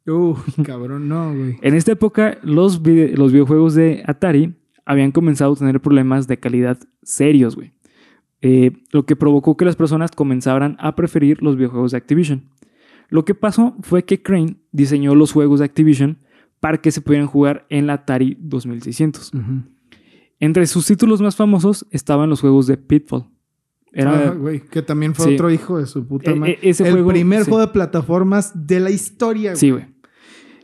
Speaker 2: Uh, cabrón, no, güey.
Speaker 1: En esta época, los, vide- los videojuegos de Atari habían comenzado a tener problemas de calidad serios, güey. Eh, lo que provocó que las personas comenzaran a preferir los videojuegos de Activision. Lo que pasó fue que Crane diseñó los juegos de Activision para que se pudieran jugar en la Atari 2600. Entre sus títulos más famosos estaban los juegos de Pitfall.
Speaker 2: Ah,
Speaker 1: Era,
Speaker 2: güey, que también fue
Speaker 1: Sí.
Speaker 2: otro hijo de su puta
Speaker 1: E-
Speaker 2: madre.
Speaker 1: e- ese
Speaker 2: el
Speaker 1: juego-
Speaker 2: primer
Speaker 1: sí.
Speaker 2: juego de plataformas de la historia,
Speaker 1: Sí, güey.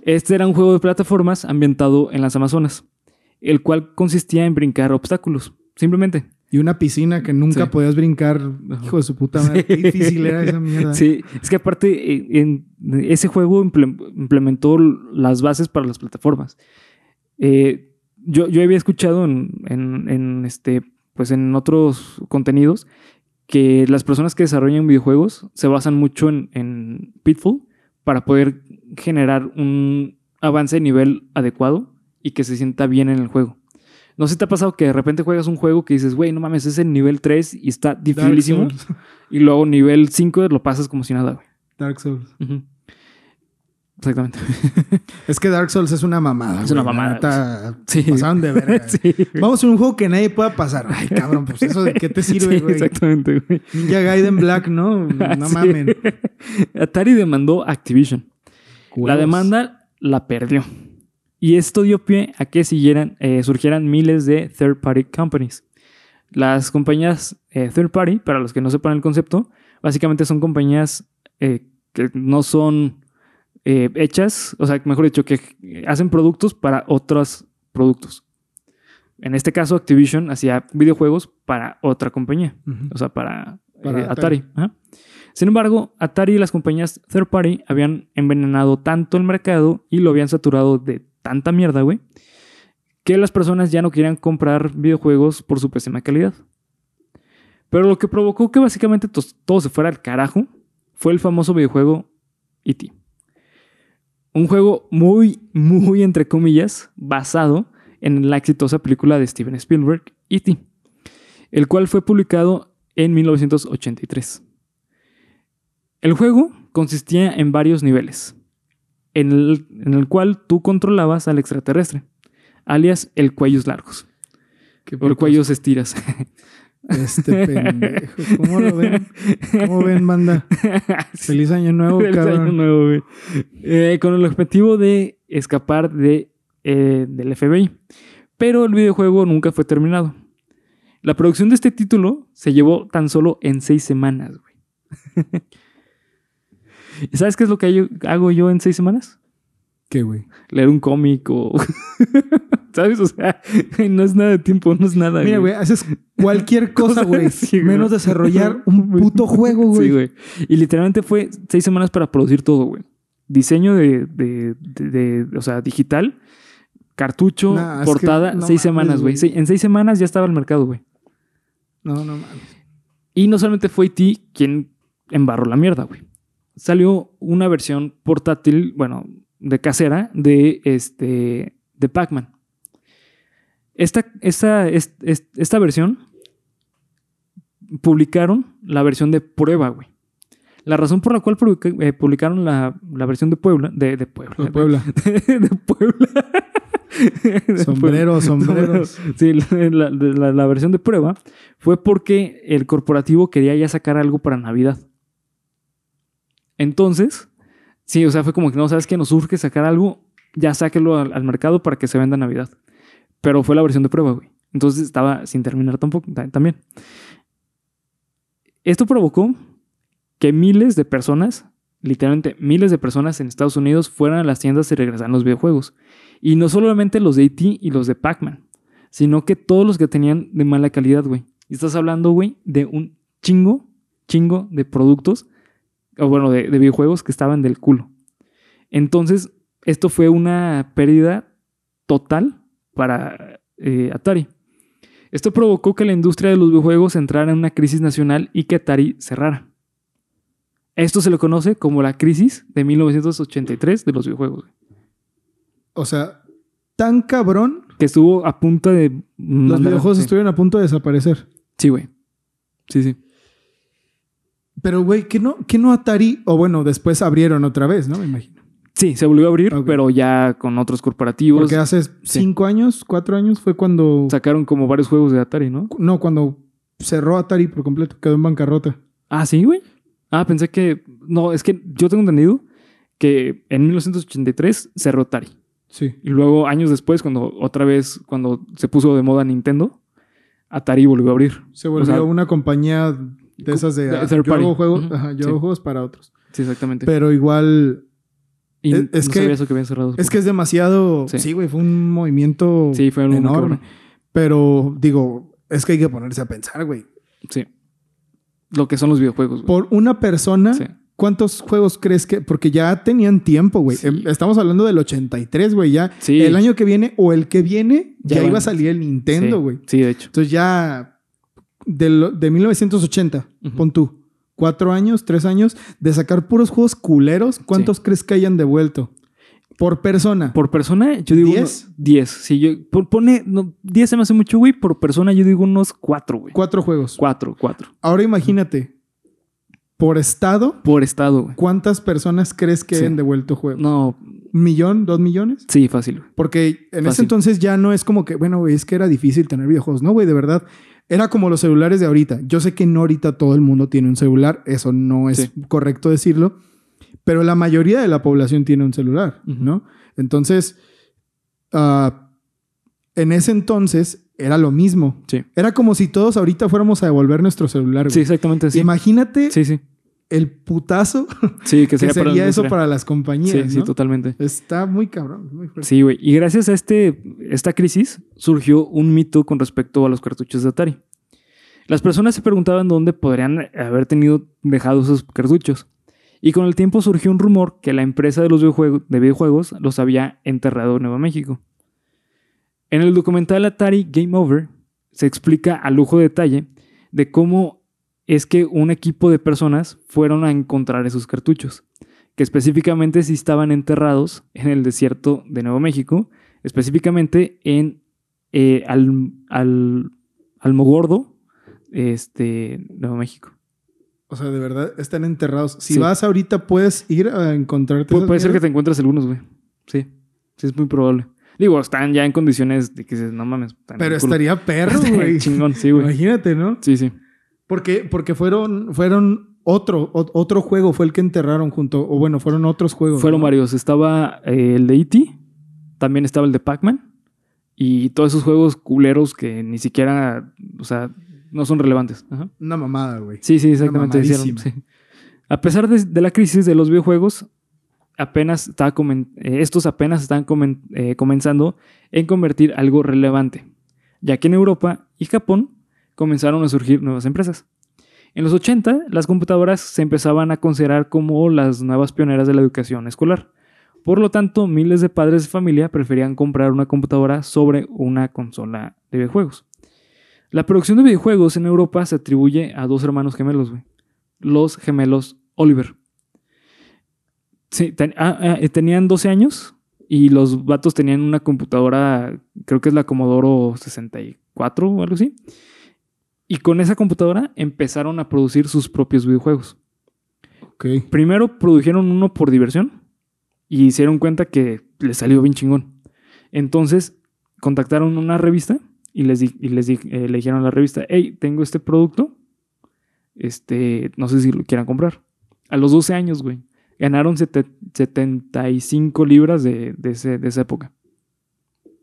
Speaker 1: Este era un juego de plataformas ambientado en las Amazonas, el cual consistía en brincar obstáculos, simplemente.
Speaker 2: Y una piscina que nunca
Speaker 1: Sí.
Speaker 2: podías brincar. Hijo de su puta madre. Qué difícil era esa mierda.
Speaker 1: Sí, es que aparte eh, en ese juego imple- implementó l- las bases para las plataformas. Eh, yo, yo había escuchado en, en- en, este, pues en otros contenidos que las personas que desarrollan videojuegos se basan mucho en, en Pitfall para poder generar un avance de nivel adecuado y que se sienta bien en el juego. No sé si te ha pasado que de repente juegas un juego que dices, güey, no mames, es el nivel 3 y está
Speaker 2: Dark
Speaker 1: dificilísimo.
Speaker 2: Souls.
Speaker 1: Y luego nivel 5 lo pasas como si nada, güey.
Speaker 2: Dark Souls.
Speaker 1: Ujú. Exactamente.
Speaker 2: Es que Dark Souls es una mamada.
Speaker 1: Es una
Speaker 2: güey, la
Speaker 1: mamada,
Speaker 2: neta,
Speaker 1: Sí.
Speaker 2: Pasaron de verga.
Speaker 1: Sí, güey.
Speaker 2: Vamos a un juego que nadie pueda pasar. Ay, cabrón, pues eso de qué te sirve,
Speaker 1: Sí,
Speaker 2: güey.
Speaker 1: exactamente, güey.
Speaker 2: Ninja Gaiden Black, ¿no? No
Speaker 1: Sí.
Speaker 2: mamen.
Speaker 1: Atari demandó a Activision. La
Speaker 2: Huevos.
Speaker 1: demanda la perdió. Y esto dio pie a que siguieran, eh, surgieran miles de third party companies. Las compañías eh, third party, para los que no sepan el concepto, básicamente son compañías eh, que no son eh, hechas, o sea, mejor dicho, que eh, hacen productos para otros productos. En este caso, Activision hacía videojuegos para otra compañía.
Speaker 2: Ujú.
Speaker 1: O sea, para,
Speaker 2: Para
Speaker 1: eh, Atari.
Speaker 2: Atari.
Speaker 1: Ajá. Sin embargo, Atari y las compañías third party habían envenenado tanto el mercado y lo habían saturado de tanta mierda, güey, que las personas ya no querían comprar videojuegos por su pésima calidad. Pero lo que provocó que básicamente tos- todo se fuera al carajo fue el famoso videojuego E.T. Un juego muy, muy, entre comillas, basado en la exitosa película de Steven Spielberg, E.T., el cual fue publicado en 1983. El juego consistía en varios niveles, en el, en el cual tú controlabas al extraterrestre, alias el cuellos largos,
Speaker 2: Qué
Speaker 1: o el
Speaker 2: pocos.
Speaker 1: cuellos estiras.
Speaker 2: Este pendejo. ¿Cómo lo ven? ¿Cómo ven, banda? Feliz año nuevo,
Speaker 1: Feliz año
Speaker 2: Oh, cabrón.
Speaker 1: nuevo, güey. Eh, con el objetivo de escapar de, eh, del FBI. Pero el videojuego nunca fue terminado. La producción de este título se llevó tan solo en seis semanas, güey. ¿Y ¿Sabes qué es lo que yo- hago yo en seis semanas?
Speaker 2: ¿Qué, güey?
Speaker 1: Leer un cómic o... ¿Sabes? O sea, no es nada de tiempo, no es nada.
Speaker 2: Mira, güey, haces cualquier cosa, güey.
Speaker 1: Sí, güey.
Speaker 2: menos desarrollar un puto juego, güey.
Speaker 1: Sí, güey. Y literalmente fue seis semanas para producir todo, güey. Diseño de, de- de- de- o sea, digital, cartucho,
Speaker 2: Nah, es que
Speaker 1: portada,
Speaker 2: no
Speaker 1: seis
Speaker 2: mames,
Speaker 1: semanas, güey.
Speaker 2: güey.
Speaker 1: Sí, En seis semanas ya estaba el mercado, güey.
Speaker 2: No, no mames.
Speaker 1: Y no solamente fue IT quien embarró la mierda, güey. Salió una versión portátil, bueno, de casera de este de Pac-Man. Esta, esta, es- es- esta versión publicaron la versión de prueba, güey. La razón por la cual publica- eh, publicaron la, la versión de Puebla, de, de Puebla,
Speaker 2: De Puebla.
Speaker 1: de Puebla. De Puebla.
Speaker 2: Sombreros, sombreros.
Speaker 1: Sí, la, la- la- la versión de prueba fue porque el corporativo quería ya sacar algo para Navidad. Entonces, sí, o sea, fue como que no sabes que nos urge sacar algo, ya sáquelo al, al mercado para que se venda en Navidad. Pero fue la versión de prueba, güey. Entonces estaba sin terminar tampoco, ta- también. Esto provocó que miles de personas, literalmente miles de personas en Estados Unidos fueran a las tiendas y regresaran los videojuegos. Y no solamente los de E.T. y los de Pac-Man, sino que todos los que tenían de mala calidad, güey. Y estás hablando, güey, de un chingo, chingo de productos, o bueno, de, de videojuegos que estaban del culo. Entonces, esto fue una pérdida total para eh, Atari. Esto provocó que la industria de los videojuegos entrara en una crisis nacional y que Atari cerrara. Esto se lo conoce como la crisis de 1983 de los videojuegos. güey.
Speaker 2: O sea, tan cabrón,
Speaker 1: que estuvo a punto de.
Speaker 2: los
Speaker 1: mandar-
Speaker 2: videojuegos
Speaker 1: sí.
Speaker 2: estuvieron a punto de desaparecer.
Speaker 1: Sí, güey. Sí, sí.
Speaker 2: Pero, güey, ¿qué no, ¿qué no Atari? O bueno, después abrieron otra vez, ¿no? Me imagino.
Speaker 1: Sí, se volvió a abrir,
Speaker 2: Ok.
Speaker 1: pero ya con otros corporativos.
Speaker 2: Porque hace cinco años, cuatro años fue cuando.
Speaker 1: Sacaron como varios juegos de Atari, ¿no?
Speaker 2: No, cuando cerró Atari por completo, quedó en bancarrota.
Speaker 1: Ah, sí, güey. Ah, pensé que. No, es que yo tengo entendido que en 1983 cerró Atari.
Speaker 2: Sí.
Speaker 1: Y luego, años después, cuando otra vez, cuando se puso de moda Nintendo, Atari volvió a abrir.
Speaker 2: Se volvió
Speaker 1: O sea,
Speaker 2: una compañía de esas de.
Speaker 1: de
Speaker 2: ah,
Speaker 1: third
Speaker 2: yo hago
Speaker 1: party.
Speaker 2: juegos,
Speaker 1: Ujú.
Speaker 2: ajá, yo
Speaker 1: Sí.
Speaker 2: hago juegos para otros.
Speaker 1: Sí, exactamente.
Speaker 2: Pero igual.
Speaker 1: y
Speaker 2: es- es
Speaker 1: no
Speaker 2: que-
Speaker 1: sabía eso que habían cerrado.
Speaker 2: Es que es demasiado.
Speaker 1: Sí.
Speaker 2: Sí, güey, fue un movimiento
Speaker 1: Sí, fue algo muy
Speaker 2: enorme.
Speaker 1: cabrón.
Speaker 2: Pero digo, es que hay que ponerse a pensar, güey.
Speaker 1: Sí. Lo que son los videojuegos, güey.
Speaker 2: Por una persona,
Speaker 1: Sí.
Speaker 2: ¿cuántos juegos crees que.? Porque ya tenían tiempo, güey.
Speaker 1: Sí.
Speaker 2: Em, Estamos hablando del 83, güey. Ya
Speaker 1: Sí.
Speaker 2: el año que viene o el que viene
Speaker 1: Ya
Speaker 2: ya,
Speaker 1: van-
Speaker 2: iba a salir el Nintendo,
Speaker 1: Sí,
Speaker 2: güey.
Speaker 1: Sí, de hecho.
Speaker 2: Entonces ya. De, lo- de 1980,
Speaker 1: Ujú.
Speaker 2: pon tú. Cuatro años, tres años de sacar puros juegos culeros. ¿Cuántos crees que hayan devuelto? Por persona.
Speaker 1: Por persona, yo digo.
Speaker 2: ¿Diez?
Speaker 1: 10. Sí, yo. por- pone. no, 10 se me hace mucho, güey. Por persona, yo digo unos 4, güey.
Speaker 2: Cuatro juegos.
Speaker 1: 4, 4.
Speaker 2: Ahora imagínate, por estado,
Speaker 1: Por estado, güey.
Speaker 2: ¿cuántas personas crees que
Speaker 1: Sí.
Speaker 2: han devuelto juego?
Speaker 1: No.
Speaker 2: ¿Un millón? ¿Dos millones?
Speaker 1: Sí, fácil, güey.
Speaker 2: Porque en ese
Speaker 1: Fácil.
Speaker 2: entonces ya no es como que, bueno, güey, es que era difícil tener videojuegos. No, güey, de verdad. Era como los celulares de ahorita. Yo sé que no ahorita todo el mundo tiene un celular. Eso no es
Speaker 1: Sí.
Speaker 2: correcto decirlo. Pero la mayoría de la población tiene un celular,
Speaker 1: Ujú.
Speaker 2: ¿no? Entonces, ah, en ese entonces era lo mismo.
Speaker 1: Sí.
Speaker 2: Era como si todos ahorita fuéramos a devolver nuestro celular.
Speaker 1: Sí,
Speaker 2: güey.
Speaker 1: exactamente. Sí,
Speaker 2: Imagínate
Speaker 1: sí. Sí,
Speaker 2: el putazo
Speaker 1: sí que
Speaker 2: que
Speaker 1: sería,
Speaker 2: sería,
Speaker 1: para la
Speaker 2: eso
Speaker 1: industria.
Speaker 2: para las compañías.
Speaker 1: Sí, sí,
Speaker 2: ¿no?
Speaker 1: totalmente.
Speaker 2: Está muy cabrón, muy fuerte.
Speaker 1: Sí, güey. Y gracias a este, esta crisis surgió un mito con respecto a los cartuchos de Atari. Las personas se preguntaban dónde podrían haber tenido dejados esos cartuchos. Y con el tiempo surgió un rumor que la empresa de los videojuego- de videojuegos los había enterrado en Nueva México. En el documental Atari Game Over se explica a lujo de detalle de cómo es que un equipo de personas fueron a encontrar esos cartuchos que específicamente sí estaban enterrados en el desierto de Nuevo México, específicamente en eh, al, al, Almogordo, este, Nuevo México.
Speaker 2: O sea, de verdad, están enterrados. Si
Speaker 1: Sí.
Speaker 2: vas ahorita, puedes ir a encontrarte.
Speaker 1: Pu-
Speaker 2: esas
Speaker 1: puede ser que
Speaker 2: mierdas?
Speaker 1: te encuentres algunos, güey. Sí, sí, es muy probable. Digo, están ya en condiciones de que dices, no mames. están
Speaker 2: Pero
Speaker 1: en culo".
Speaker 2: estaría perro,
Speaker 1: Estaría
Speaker 2: güey.
Speaker 1: Chingón, sí, güey.
Speaker 2: Imagínate, ¿no?
Speaker 1: Sí, sí.
Speaker 2: Porque, porque fueron, fueron otro, o- otro juego fue el que enterraron junto, o bueno, fueron otros juegos.
Speaker 1: Fueron
Speaker 2: ¿no?
Speaker 1: varios. Estaba eh, el de E.T., también estaba el de Pac-Man. Y todos esos juegos culeros que ni siquiera, o sea, no son relevantes. Ajá.
Speaker 2: Una mamada, güey.
Speaker 1: Sí, sí, exactamente.
Speaker 2: Una
Speaker 1: hicieron, sí. A pesar de, de la crisis de los videojuegos, apenas estaba comen- eh, estos apenas están comen- eh, comenzando en convertir algo relevante, ya que en Europa y Japón comenzaron a surgir nuevas empresas. En los 80, las computadoras se empezaban a considerar como las nuevas pioneras de la educación escolar. Por lo tanto, miles de padres de familia preferían comprar una computadora sobre una consola de videojuegos. La producción de videojuegos en Europa se atribuye a dos hermanos gemelos, güey. Los gemelos Oliver. Sí, ten- ah, ah, eh, tenían 12 años y los vatos tenían una computadora, creo que es la Commodore 64 o algo así. Y con esa computadora empezaron a producir sus propios videojuegos.
Speaker 2: Ok.
Speaker 1: Primero produjeron uno por diversión y hicieron cuenta que les salió bien chingón. Entonces contactaron una revista y les, di- y les di- eh, le dijeron a la revista, hey, tengo este producto, este, no sé si lo quieran comprar. A los 12 años, güey, ganaron sete- 75 libras de, de ese- de esa época.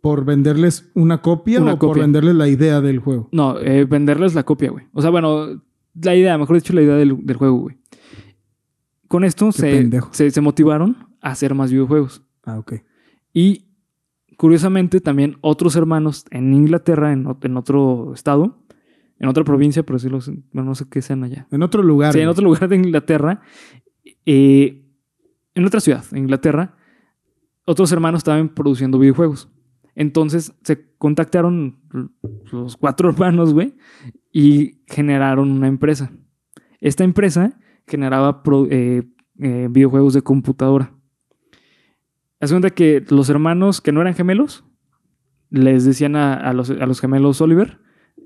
Speaker 2: ¿Por venderles una copia
Speaker 1: Una
Speaker 2: o por
Speaker 1: copia.
Speaker 2: venderles la idea del juego?
Speaker 1: No, eh, venderles la copia, güey. O sea, bueno, la idea, mejor dicho, la idea del, del juego, güey. Con esto se,
Speaker 2: pendejo.
Speaker 1: se- se motivaron a hacer más videojuegos.
Speaker 2: Ah, ok.
Speaker 1: Y curiosamente también otros hermanos en Inglaterra, en, ot- en otro estado, en otra provincia, por decirlo, así, bueno, no sé qué sean allá.
Speaker 2: En otro lugar.
Speaker 1: Sí, en
Speaker 2: güey.
Speaker 1: otro lugar de Inglaterra, eh, en otra ciudad, en Inglaterra, otros hermanos estaban produciendo videojuegos. Entonces se contactaron l- los cuatro hermanos, güey, y generaron una empresa. Esta empresa generaba pro- eh, eh, videojuegos de computadora. Haz cuenta que los hermanos que no eran gemelos les decían a, a los, a los gemelos Oliver: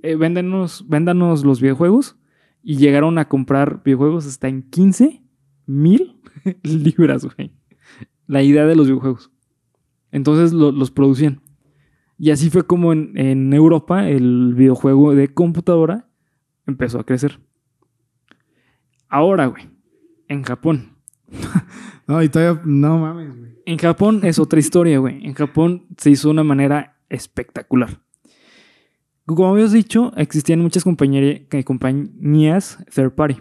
Speaker 1: eh, véndanos, véndanos los videojuegos. Y llegaron a comprar videojuegos hasta en 15 mil libras, güey. La idea de los videojuegos. Entonces lo- los producían. Y así fue como en, en Europa el videojuego de computadora empezó a crecer. Ahora, güey, en Japón.
Speaker 2: No, y todavía. No mames, güey.
Speaker 1: En Japón es otra historia, güey. En Japón se hizo de una manera espectacular. Como habías dicho, existían muchas compañeri- que- compañías third party.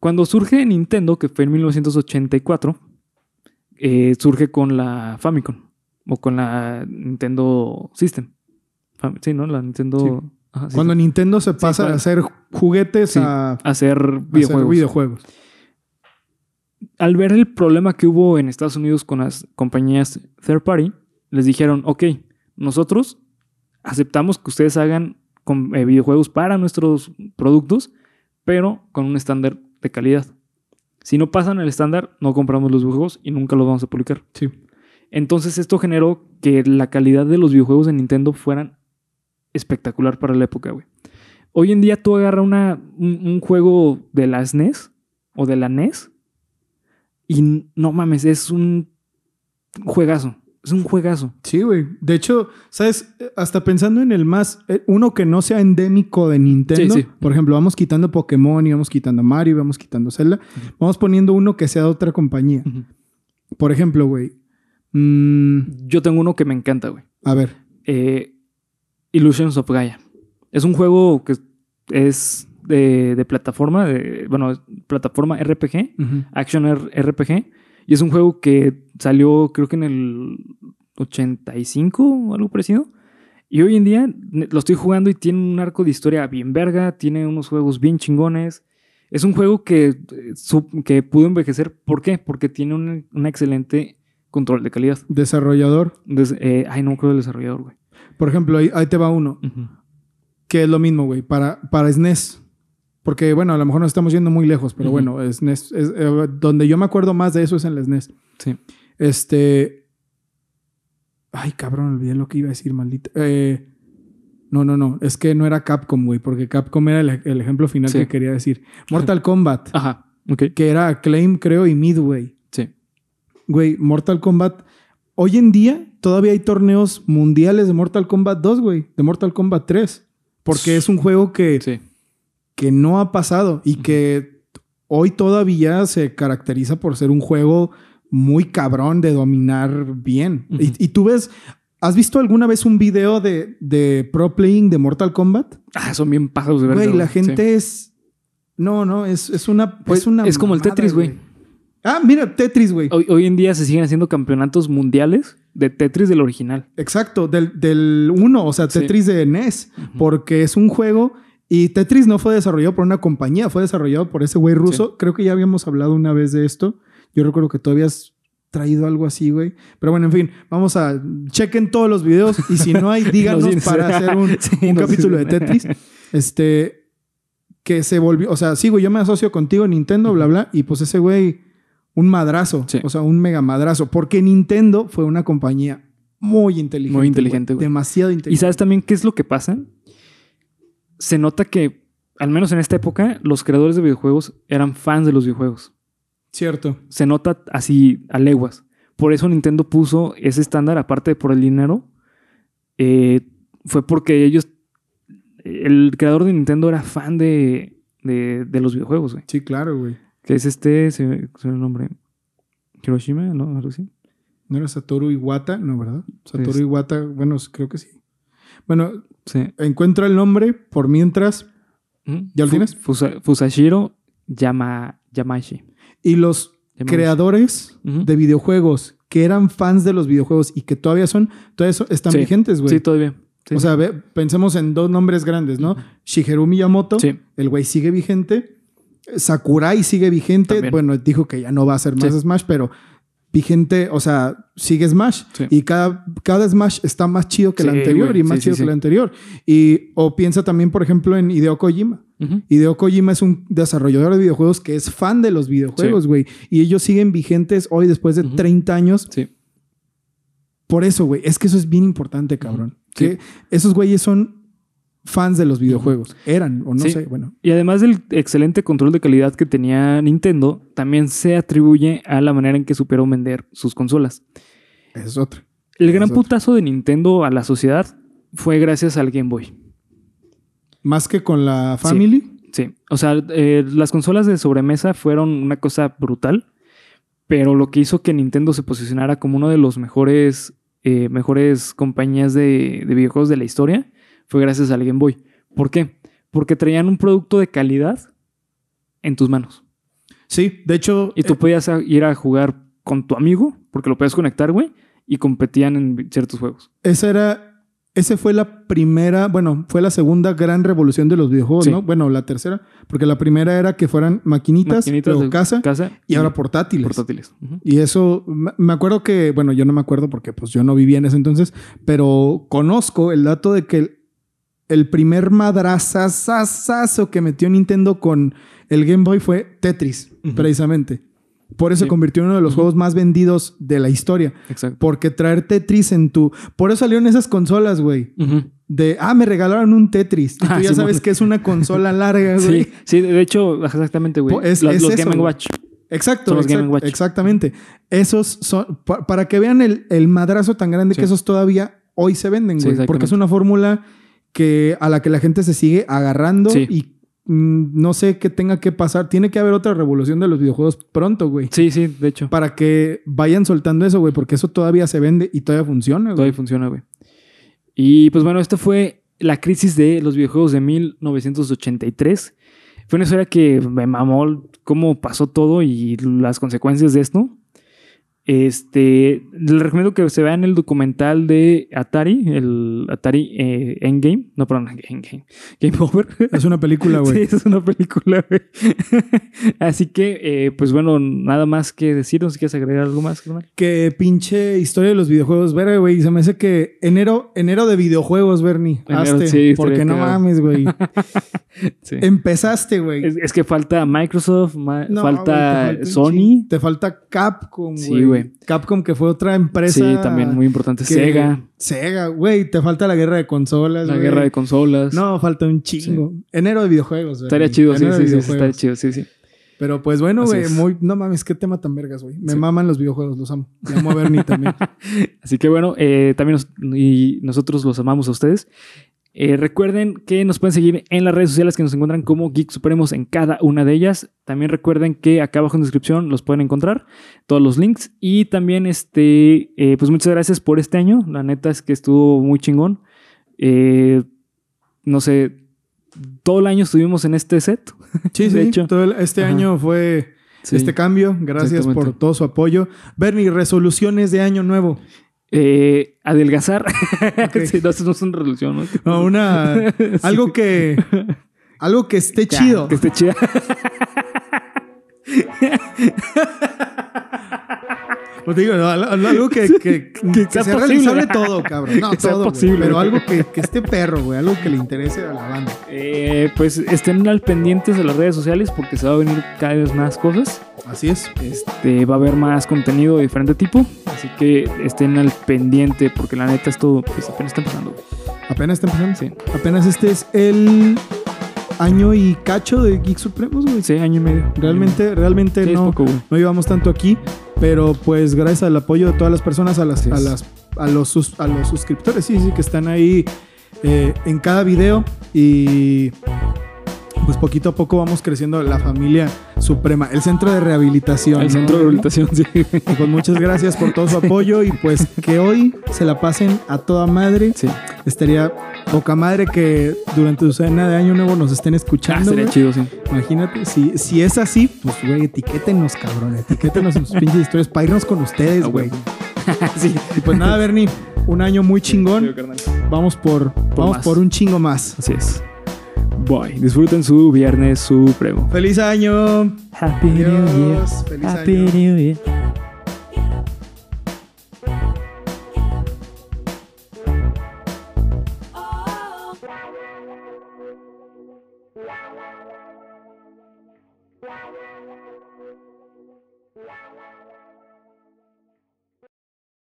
Speaker 1: Cuando surge Nintendo, que fue en 1984, eh, surge con la Famicom o con la Nintendo System. Fam- sí, ¿no? La Nintendo.
Speaker 2: Sí.
Speaker 1: Ajá, sí,
Speaker 2: Cuando Nintendo se pasa
Speaker 1: cuando-
Speaker 2: a hacer juguetes
Speaker 1: Sí,
Speaker 2: a, a
Speaker 1: sí. hacer
Speaker 2: hacer
Speaker 1: videojuegos.
Speaker 2: videojuegos.
Speaker 1: al ver el problema que hubo en Estados Unidos con las compañías third party, les dijeron, ok, nosotros aceptamos que ustedes hagan con- eh, videojuegos para nuestros productos, pero con un estándar de calidad. Si no pasan el estándar, no compramos los videojuegos y nunca los vamos a publicar.
Speaker 2: Sí.
Speaker 1: Entonces esto generó que la calidad de los videojuegos de Nintendo fueran espectacular para la época, güey. Hoy en día tú agarras una, un, un juego de la SNES o de la NES y n- no mames, es un juegazo. Es un juegazo.
Speaker 2: Sí, güey. De hecho, ¿sabes? Eh, Hasta pensando en el más, eh, uno que no sea endémico de Nintendo.
Speaker 1: Sí, sí.
Speaker 2: Por ejemplo, vamos quitando Pokémon y vamos quitando Mario y vamos quitando Zelda. Vamos poniendo uno que sea de otra compañía. Por ejemplo, güey. mm,
Speaker 1: Yo tengo uno que me encanta, güey.
Speaker 2: a ver.
Speaker 1: Eh, Illusions of Gaia. Es un juego que es de, de plataforma, de, bueno, es plataforma RPG. Action R- RPG. Y es un juego que salió creo que en el 85 o algo parecido. Y hoy en día ne- lo estoy jugando y tiene un arco de historia bien verga, tiene unos juegos bien chingones. Es un juego que, eh, sup- que pudo envejecer. ¿Por qué? Porque tiene un, un excelente control de calidad.
Speaker 2: Desarrollador.
Speaker 1: Entonces, eh, ay, no creo el desarrollador, güey.
Speaker 2: Por ejemplo, ahí, ahí te va uno. Que es lo mismo, güey. Para, para SNES. Porque, bueno, a lo mejor nos estamos yendo muy lejos, pero
Speaker 1: Ujú.
Speaker 2: bueno, SNES. es- eh, donde yo me acuerdo más de eso es en la SNES.
Speaker 1: Sí.
Speaker 2: Este. Ay, cabrón, olvidé lo que iba a decir, maldita. Eh, no, no, no. Es que no era Capcom, güey, porque Capcom era el, el ejemplo final
Speaker 1: Sí.
Speaker 2: que quería decir. Mortal Kombat,
Speaker 1: Ajá, ok.
Speaker 2: que era Acclaim, creo, y Midway.
Speaker 1: Sí.
Speaker 2: Güey, Mortal Kombat. Hoy en día todavía hay torneos mundiales de Mortal Kombat 2, güey, de Mortal Kombat 3, porque es un juego que,
Speaker 1: Sí.
Speaker 2: que no ha pasado y que hoy todavía se caracteriza por ser un juego muy cabrón de dominar bien. Y-
Speaker 1: Ujú.
Speaker 2: y, tú ves, ¿has visto alguna vez un video de, de pro playing de Mortal Kombat?
Speaker 1: Ah, son bien pájaros de verga.
Speaker 2: Güey, la
Speaker 1: sí.
Speaker 2: gente es... No, no, es, es una...
Speaker 1: Pues,
Speaker 2: es, una
Speaker 1: es como el Tetris, güey.
Speaker 2: Ah, mira, Tetris, güey.
Speaker 1: Hoy, hoy en día se siguen haciendo campeonatos mundiales de Tetris del original.
Speaker 2: Exacto, del, del 1, o sea,
Speaker 1: Sí.
Speaker 2: Tetris de E NES, porque es un juego y Tetris no fue desarrollado por una compañía, fue desarrollado por ese güey ruso. Creo que ya habíamos hablado una vez de esto. Yo recuerdo que tú habías traído algo así, güey. Pero bueno, en fin, vamos a chequen todos los videos y si no hay, díganos
Speaker 1: Nos
Speaker 2: para
Speaker 1: dicen-
Speaker 2: hacer un,
Speaker 1: Sí,
Speaker 2: un
Speaker 1: nos
Speaker 2: capítulo de
Speaker 1: dicen.
Speaker 2: Tetris. Este que se volvió, o sea, sí, güey, yo me asocio contigo, Nintendo, bla, bla, y pues ese güey, un madrazo,
Speaker 1: Sí.
Speaker 2: o sea, un mega madrazo, porque Nintendo fue una compañía muy inteligente.
Speaker 1: Muy inteligente, güey.
Speaker 2: Demasiado
Speaker 1: ¿Y
Speaker 2: inteligente.
Speaker 1: sabes también qué es lo que pasa? Se nota que, al menos en esta época, los creadores de videojuegos eran fans de los videojuegos.
Speaker 2: Cierto.
Speaker 1: Se nota así a leguas. Por eso Nintendo puso ese estándar, aparte de por el dinero, eh, fue porque ellos, el creador de Nintendo era fan de, de, de los videojuegos, güey.
Speaker 2: Sí, claro, güey.
Speaker 1: Que es este, se me- se me el nombre. Hiroshima, ¿no? Algo así.
Speaker 2: ¿No era Satoru Iwata? No, ¿verdad? Satoru
Speaker 1: Este-
Speaker 2: Iwata, bueno, creo que sí. Bueno,
Speaker 1: Sí.
Speaker 2: encuentro el nombre por mientras. ¿Ya lo tienes?
Speaker 1: Fusa- Fusashiro Yama, Yamaishi.
Speaker 2: Y los
Speaker 1: Yamauchi.
Speaker 2: creadores
Speaker 1: Ujú.
Speaker 2: de videojuegos que eran fans de los videojuegos y que todavía son, todavía son- están
Speaker 1: Sí.
Speaker 2: vigentes, güey.
Speaker 1: Sí, todavía. Sí,
Speaker 2: O sea, ve- pensemos en dos nombres grandes, ¿no? Shigeru Miyamoto,
Speaker 1: Sí.
Speaker 2: el güey sigue vigente. Sakurai sigue vigente.
Speaker 1: También.
Speaker 2: Bueno, dijo que ya no va a ser más
Speaker 1: Sí.
Speaker 2: Smash, pero vigente, o sea, sigue Smash.
Speaker 1: Sí.
Speaker 2: Y cada, cada Smash está más chido que el
Speaker 1: Sí,
Speaker 2: anterior
Speaker 1: güey.
Speaker 2: y más
Speaker 1: Sí, sí,
Speaker 2: chido que
Speaker 1: sí.
Speaker 2: el anterior. Y, o piensa también, por ejemplo, en Hideo Kojima.
Speaker 1: Ujú.
Speaker 2: Hideo Kojima es un desarrollador de videojuegos que es fan de los videojuegos, güey. Y ellos siguen vigentes hoy después de
Speaker 1: Ujú.
Speaker 2: 30 años
Speaker 1: Sí.
Speaker 2: por eso, güey. Es que eso es bien importante, cabrón.
Speaker 1: Sí.
Speaker 2: Que esos güeyes son fans de los videojuegos. Eran, o no
Speaker 1: Sí.
Speaker 2: sé, bueno.
Speaker 1: Y además del excelente control de calidad que tenía Nintendo, también se atribuye a la manera en que supieron vender sus consolas.
Speaker 2: esa Es otra.
Speaker 1: El gran
Speaker 2: Nosotros.
Speaker 1: putazo de Nintendo a la sociedad fue gracias al Game Boy.
Speaker 2: Más que con la family.
Speaker 1: Sí, o sea, eh, las consolas de sobremesa fueron una cosa brutal, pero lo que hizo que Nintendo se posicionara como uno de los mejores, eh, mejores compañías de, de videojuegos de la historia fue gracias al Game Boy. ¿Por qué? Porque traían un producto de calidad en tus manos.
Speaker 2: Sí, de hecho.
Speaker 1: Y tú
Speaker 2: eh,
Speaker 1: podías a- ir a jugar con tu amigo, porque lo podías conectar, güey, y competían en ciertos juegos.
Speaker 2: esa era. Esa fue la primera, bueno, fue la segunda gran revolución de los videojuegos,
Speaker 1: Sí.
Speaker 2: ¿no? Bueno, la tercera, porque la primera era que fueran maquinitas,
Speaker 1: Maquinitas
Speaker 2: luego
Speaker 1: de
Speaker 2: casa,
Speaker 1: casa
Speaker 2: y ahora portátiles.
Speaker 1: portátiles. Ujú.
Speaker 2: Y eso, me me acuerdo que, bueno, yo no me acuerdo porque pues yo no vivía en ese entonces, pero conozco el dato de que el, el primer madrazazazazo que metió Nintendo con el Game Boy fue Tetris,
Speaker 1: Ujú.
Speaker 2: precisamente. Por eso se
Speaker 1: Sí.
Speaker 2: convirtió en uno de los
Speaker 1: Ujú.
Speaker 2: juegos más vendidos de la historia.
Speaker 1: Exacto.
Speaker 2: Porque traer Tetris en tu... Por eso salieron esas consolas, güey.
Speaker 1: Ujú.
Speaker 2: De, ah, me regalaron un Tetris. Y tú
Speaker 1: Ah,
Speaker 2: ya
Speaker 1: Simón.
Speaker 2: sabes que es una consola larga, güey.
Speaker 1: Sí, sí, de hecho, exactamente, güey.
Speaker 2: Po- es-
Speaker 1: Los,
Speaker 2: es
Speaker 1: los
Speaker 2: eso,
Speaker 1: Game
Speaker 2: güey.
Speaker 1: Watch.
Speaker 2: Exacto,
Speaker 1: Son los
Speaker 2: exact-
Speaker 1: Game Watch.
Speaker 2: exactamente. Esos son, pa- para que vean el, el madrazo tan grande
Speaker 1: Sí.
Speaker 2: que esos todavía hoy se venden,
Speaker 1: Sí,
Speaker 2: güey. porque es
Speaker 1: exactamente.
Speaker 2: una fórmula que, a la que la gente se sigue agarrando
Speaker 1: Sí.
Speaker 2: y mm, no sé qué tenga que pasar. Tiene que haber otra revolución de los videojuegos pronto, güey.
Speaker 1: Sí, sí, de hecho.
Speaker 2: Para que vayan soltando eso, güey, porque eso todavía se vende y todavía funciona, güey.
Speaker 1: Todavía funciona, güey. Y pues bueno, esta fue la crisis de los videojuegos de 1983. Fue una historia que me mamó cómo pasó todo y las consecuencias de esto. Este, les recomiendo que se vean el documental de Atari, el Atari eh, Endgame. No, perdón, Endgame. Game Over.
Speaker 2: Es una película,
Speaker 1: Sí,
Speaker 2: güey.
Speaker 1: esa es una película, güey. Así que, eh, pues bueno, nada más que decir. No sé si quieres agregar algo más, carnal.
Speaker 2: Que pinche historia de los videojuegos, verga, güey. Se me hace que enero, enero de videojuegos, Bernie.
Speaker 1: Enero,
Speaker 2: hazte,
Speaker 1: sí, estaría
Speaker 2: porque no
Speaker 1: cagado.
Speaker 2: mames, güey.
Speaker 1: Sí.
Speaker 2: Empezaste, güey.
Speaker 1: Es, es que falta Microsoft, ma-
Speaker 2: No,
Speaker 1: falta
Speaker 2: güey, te falta un
Speaker 1: Sony.
Speaker 2: chin- Te falta Capcom, güey.
Speaker 1: Sí, güey.
Speaker 2: Capcom, que fue otra empresa.
Speaker 1: Sí, también muy importante.
Speaker 2: que-
Speaker 1: Sega,
Speaker 2: Sega, güey. Te falta la guerra de consolas,
Speaker 1: la
Speaker 2: güey.
Speaker 1: guerra de consolas.
Speaker 2: No, falta un chingo. Enero de videojuegos, güey.
Speaker 1: estaría chido, sí,
Speaker 2: Enero de
Speaker 1: sí, sí,
Speaker 2: videojuegos.
Speaker 1: estaría chido, sí, sí.
Speaker 2: Pero pues bueno,
Speaker 1: Así
Speaker 2: güey,
Speaker 1: es.
Speaker 2: muy, no mames, qué tema tan vergas, güey. Me
Speaker 1: Sí.
Speaker 2: maman los videojuegos, los amo. Y amo a Bernie también.
Speaker 1: Así que bueno, eh, también nos- y nosotros los amamos a ustedes. Eh, recuerden que nos pueden seguir en las redes sociales que nos encuentran como Geek Supremos en cada una de ellas. También recuerden que acá abajo en la descripción los pueden encontrar todos los links. Y también, este, eh, pues muchas gracias por este año. La neta es que estuvo muy chingón. Eh, no sé, todo el año estuvimos en este set.
Speaker 2: Sí, sí.
Speaker 1: De hecho.
Speaker 2: todo el- este
Speaker 1: Ajá.
Speaker 2: año fue este cambio. Gracias por
Speaker 1: Exactamente.
Speaker 2: todo su apoyo. Bernie, resoluciones de año nuevo.
Speaker 1: Eh, adelgazar.
Speaker 2: Ok.
Speaker 1: Sí, no, eso no es una revolución, ¿no?
Speaker 2: No, una.
Speaker 1: Sí.
Speaker 2: Algo que. Algo que esté
Speaker 1: Ya,
Speaker 2: chido.
Speaker 1: Que esté chida.
Speaker 2: Pues digo, no, al- algo que, que, que
Speaker 1: sea
Speaker 2: sea
Speaker 1: posible.
Speaker 2: realizable todo, cabrón. No,
Speaker 1: Que sea
Speaker 2: todo, güey,
Speaker 1: posible.
Speaker 2: Pero algo que, que esté perro, güey. Algo que le interese a la banda.
Speaker 1: Eh, pues estén al pendientes de las redes sociales porque se va a venir cada vez más cosas.
Speaker 2: Así es.
Speaker 1: Este, va a haber más contenido de diferente tipo. Así que estén al pendiente porque la neta esto pues, apenas está empezando.
Speaker 2: Apenas está empezando.
Speaker 1: Sí.
Speaker 2: Apenas este es el año y cacho de Geek Supremos, güey.
Speaker 1: Sí, año y medio.
Speaker 2: Realmente, realmente
Speaker 1: Mm. Sí, es
Speaker 2: no,
Speaker 1: poco, güey.
Speaker 2: no llevamos tanto aquí, pero pues gracias al apoyo de todas las personas, a las,
Speaker 1: Así
Speaker 2: a
Speaker 1: es.
Speaker 2: las, a los, sus- a los suscriptores, sí, sí, que están ahí eh, en cada video y pues poquito a poco vamos creciendo la familia suprema, el centro de rehabilitación.
Speaker 1: El
Speaker 2: ¿no?
Speaker 1: centro de rehabilitación, sí.
Speaker 2: Y pues muchas gracias por todo su apoyo y pues que hoy se la pasen a toda madre.
Speaker 1: sí. Ah,
Speaker 2: Estaría poca madre que durante su cena de año nuevo nos estén
Speaker 1: Ah,
Speaker 2: escuchando.
Speaker 1: estaría
Speaker 2: güey.
Speaker 1: chido, sí.
Speaker 2: Imagínate, si, si es así, pues, güey, etiquétenos, cabrón. Etiquétenos en sus pinches historias para irnos con ustedes,
Speaker 1: Ah,
Speaker 2: güey.
Speaker 1: huevo. sí.
Speaker 2: Y pues nada, Bernie, un año muy chingón.
Speaker 1: Así
Speaker 2: Vamos por, vamos
Speaker 1: más.
Speaker 2: por un chingo más.
Speaker 1: es. Bye. Disfruten su viernes supremo.
Speaker 2: ¡Feliz año!
Speaker 1: Happy
Speaker 2: Adiós. ¡Feliz año!
Speaker 1: New Year.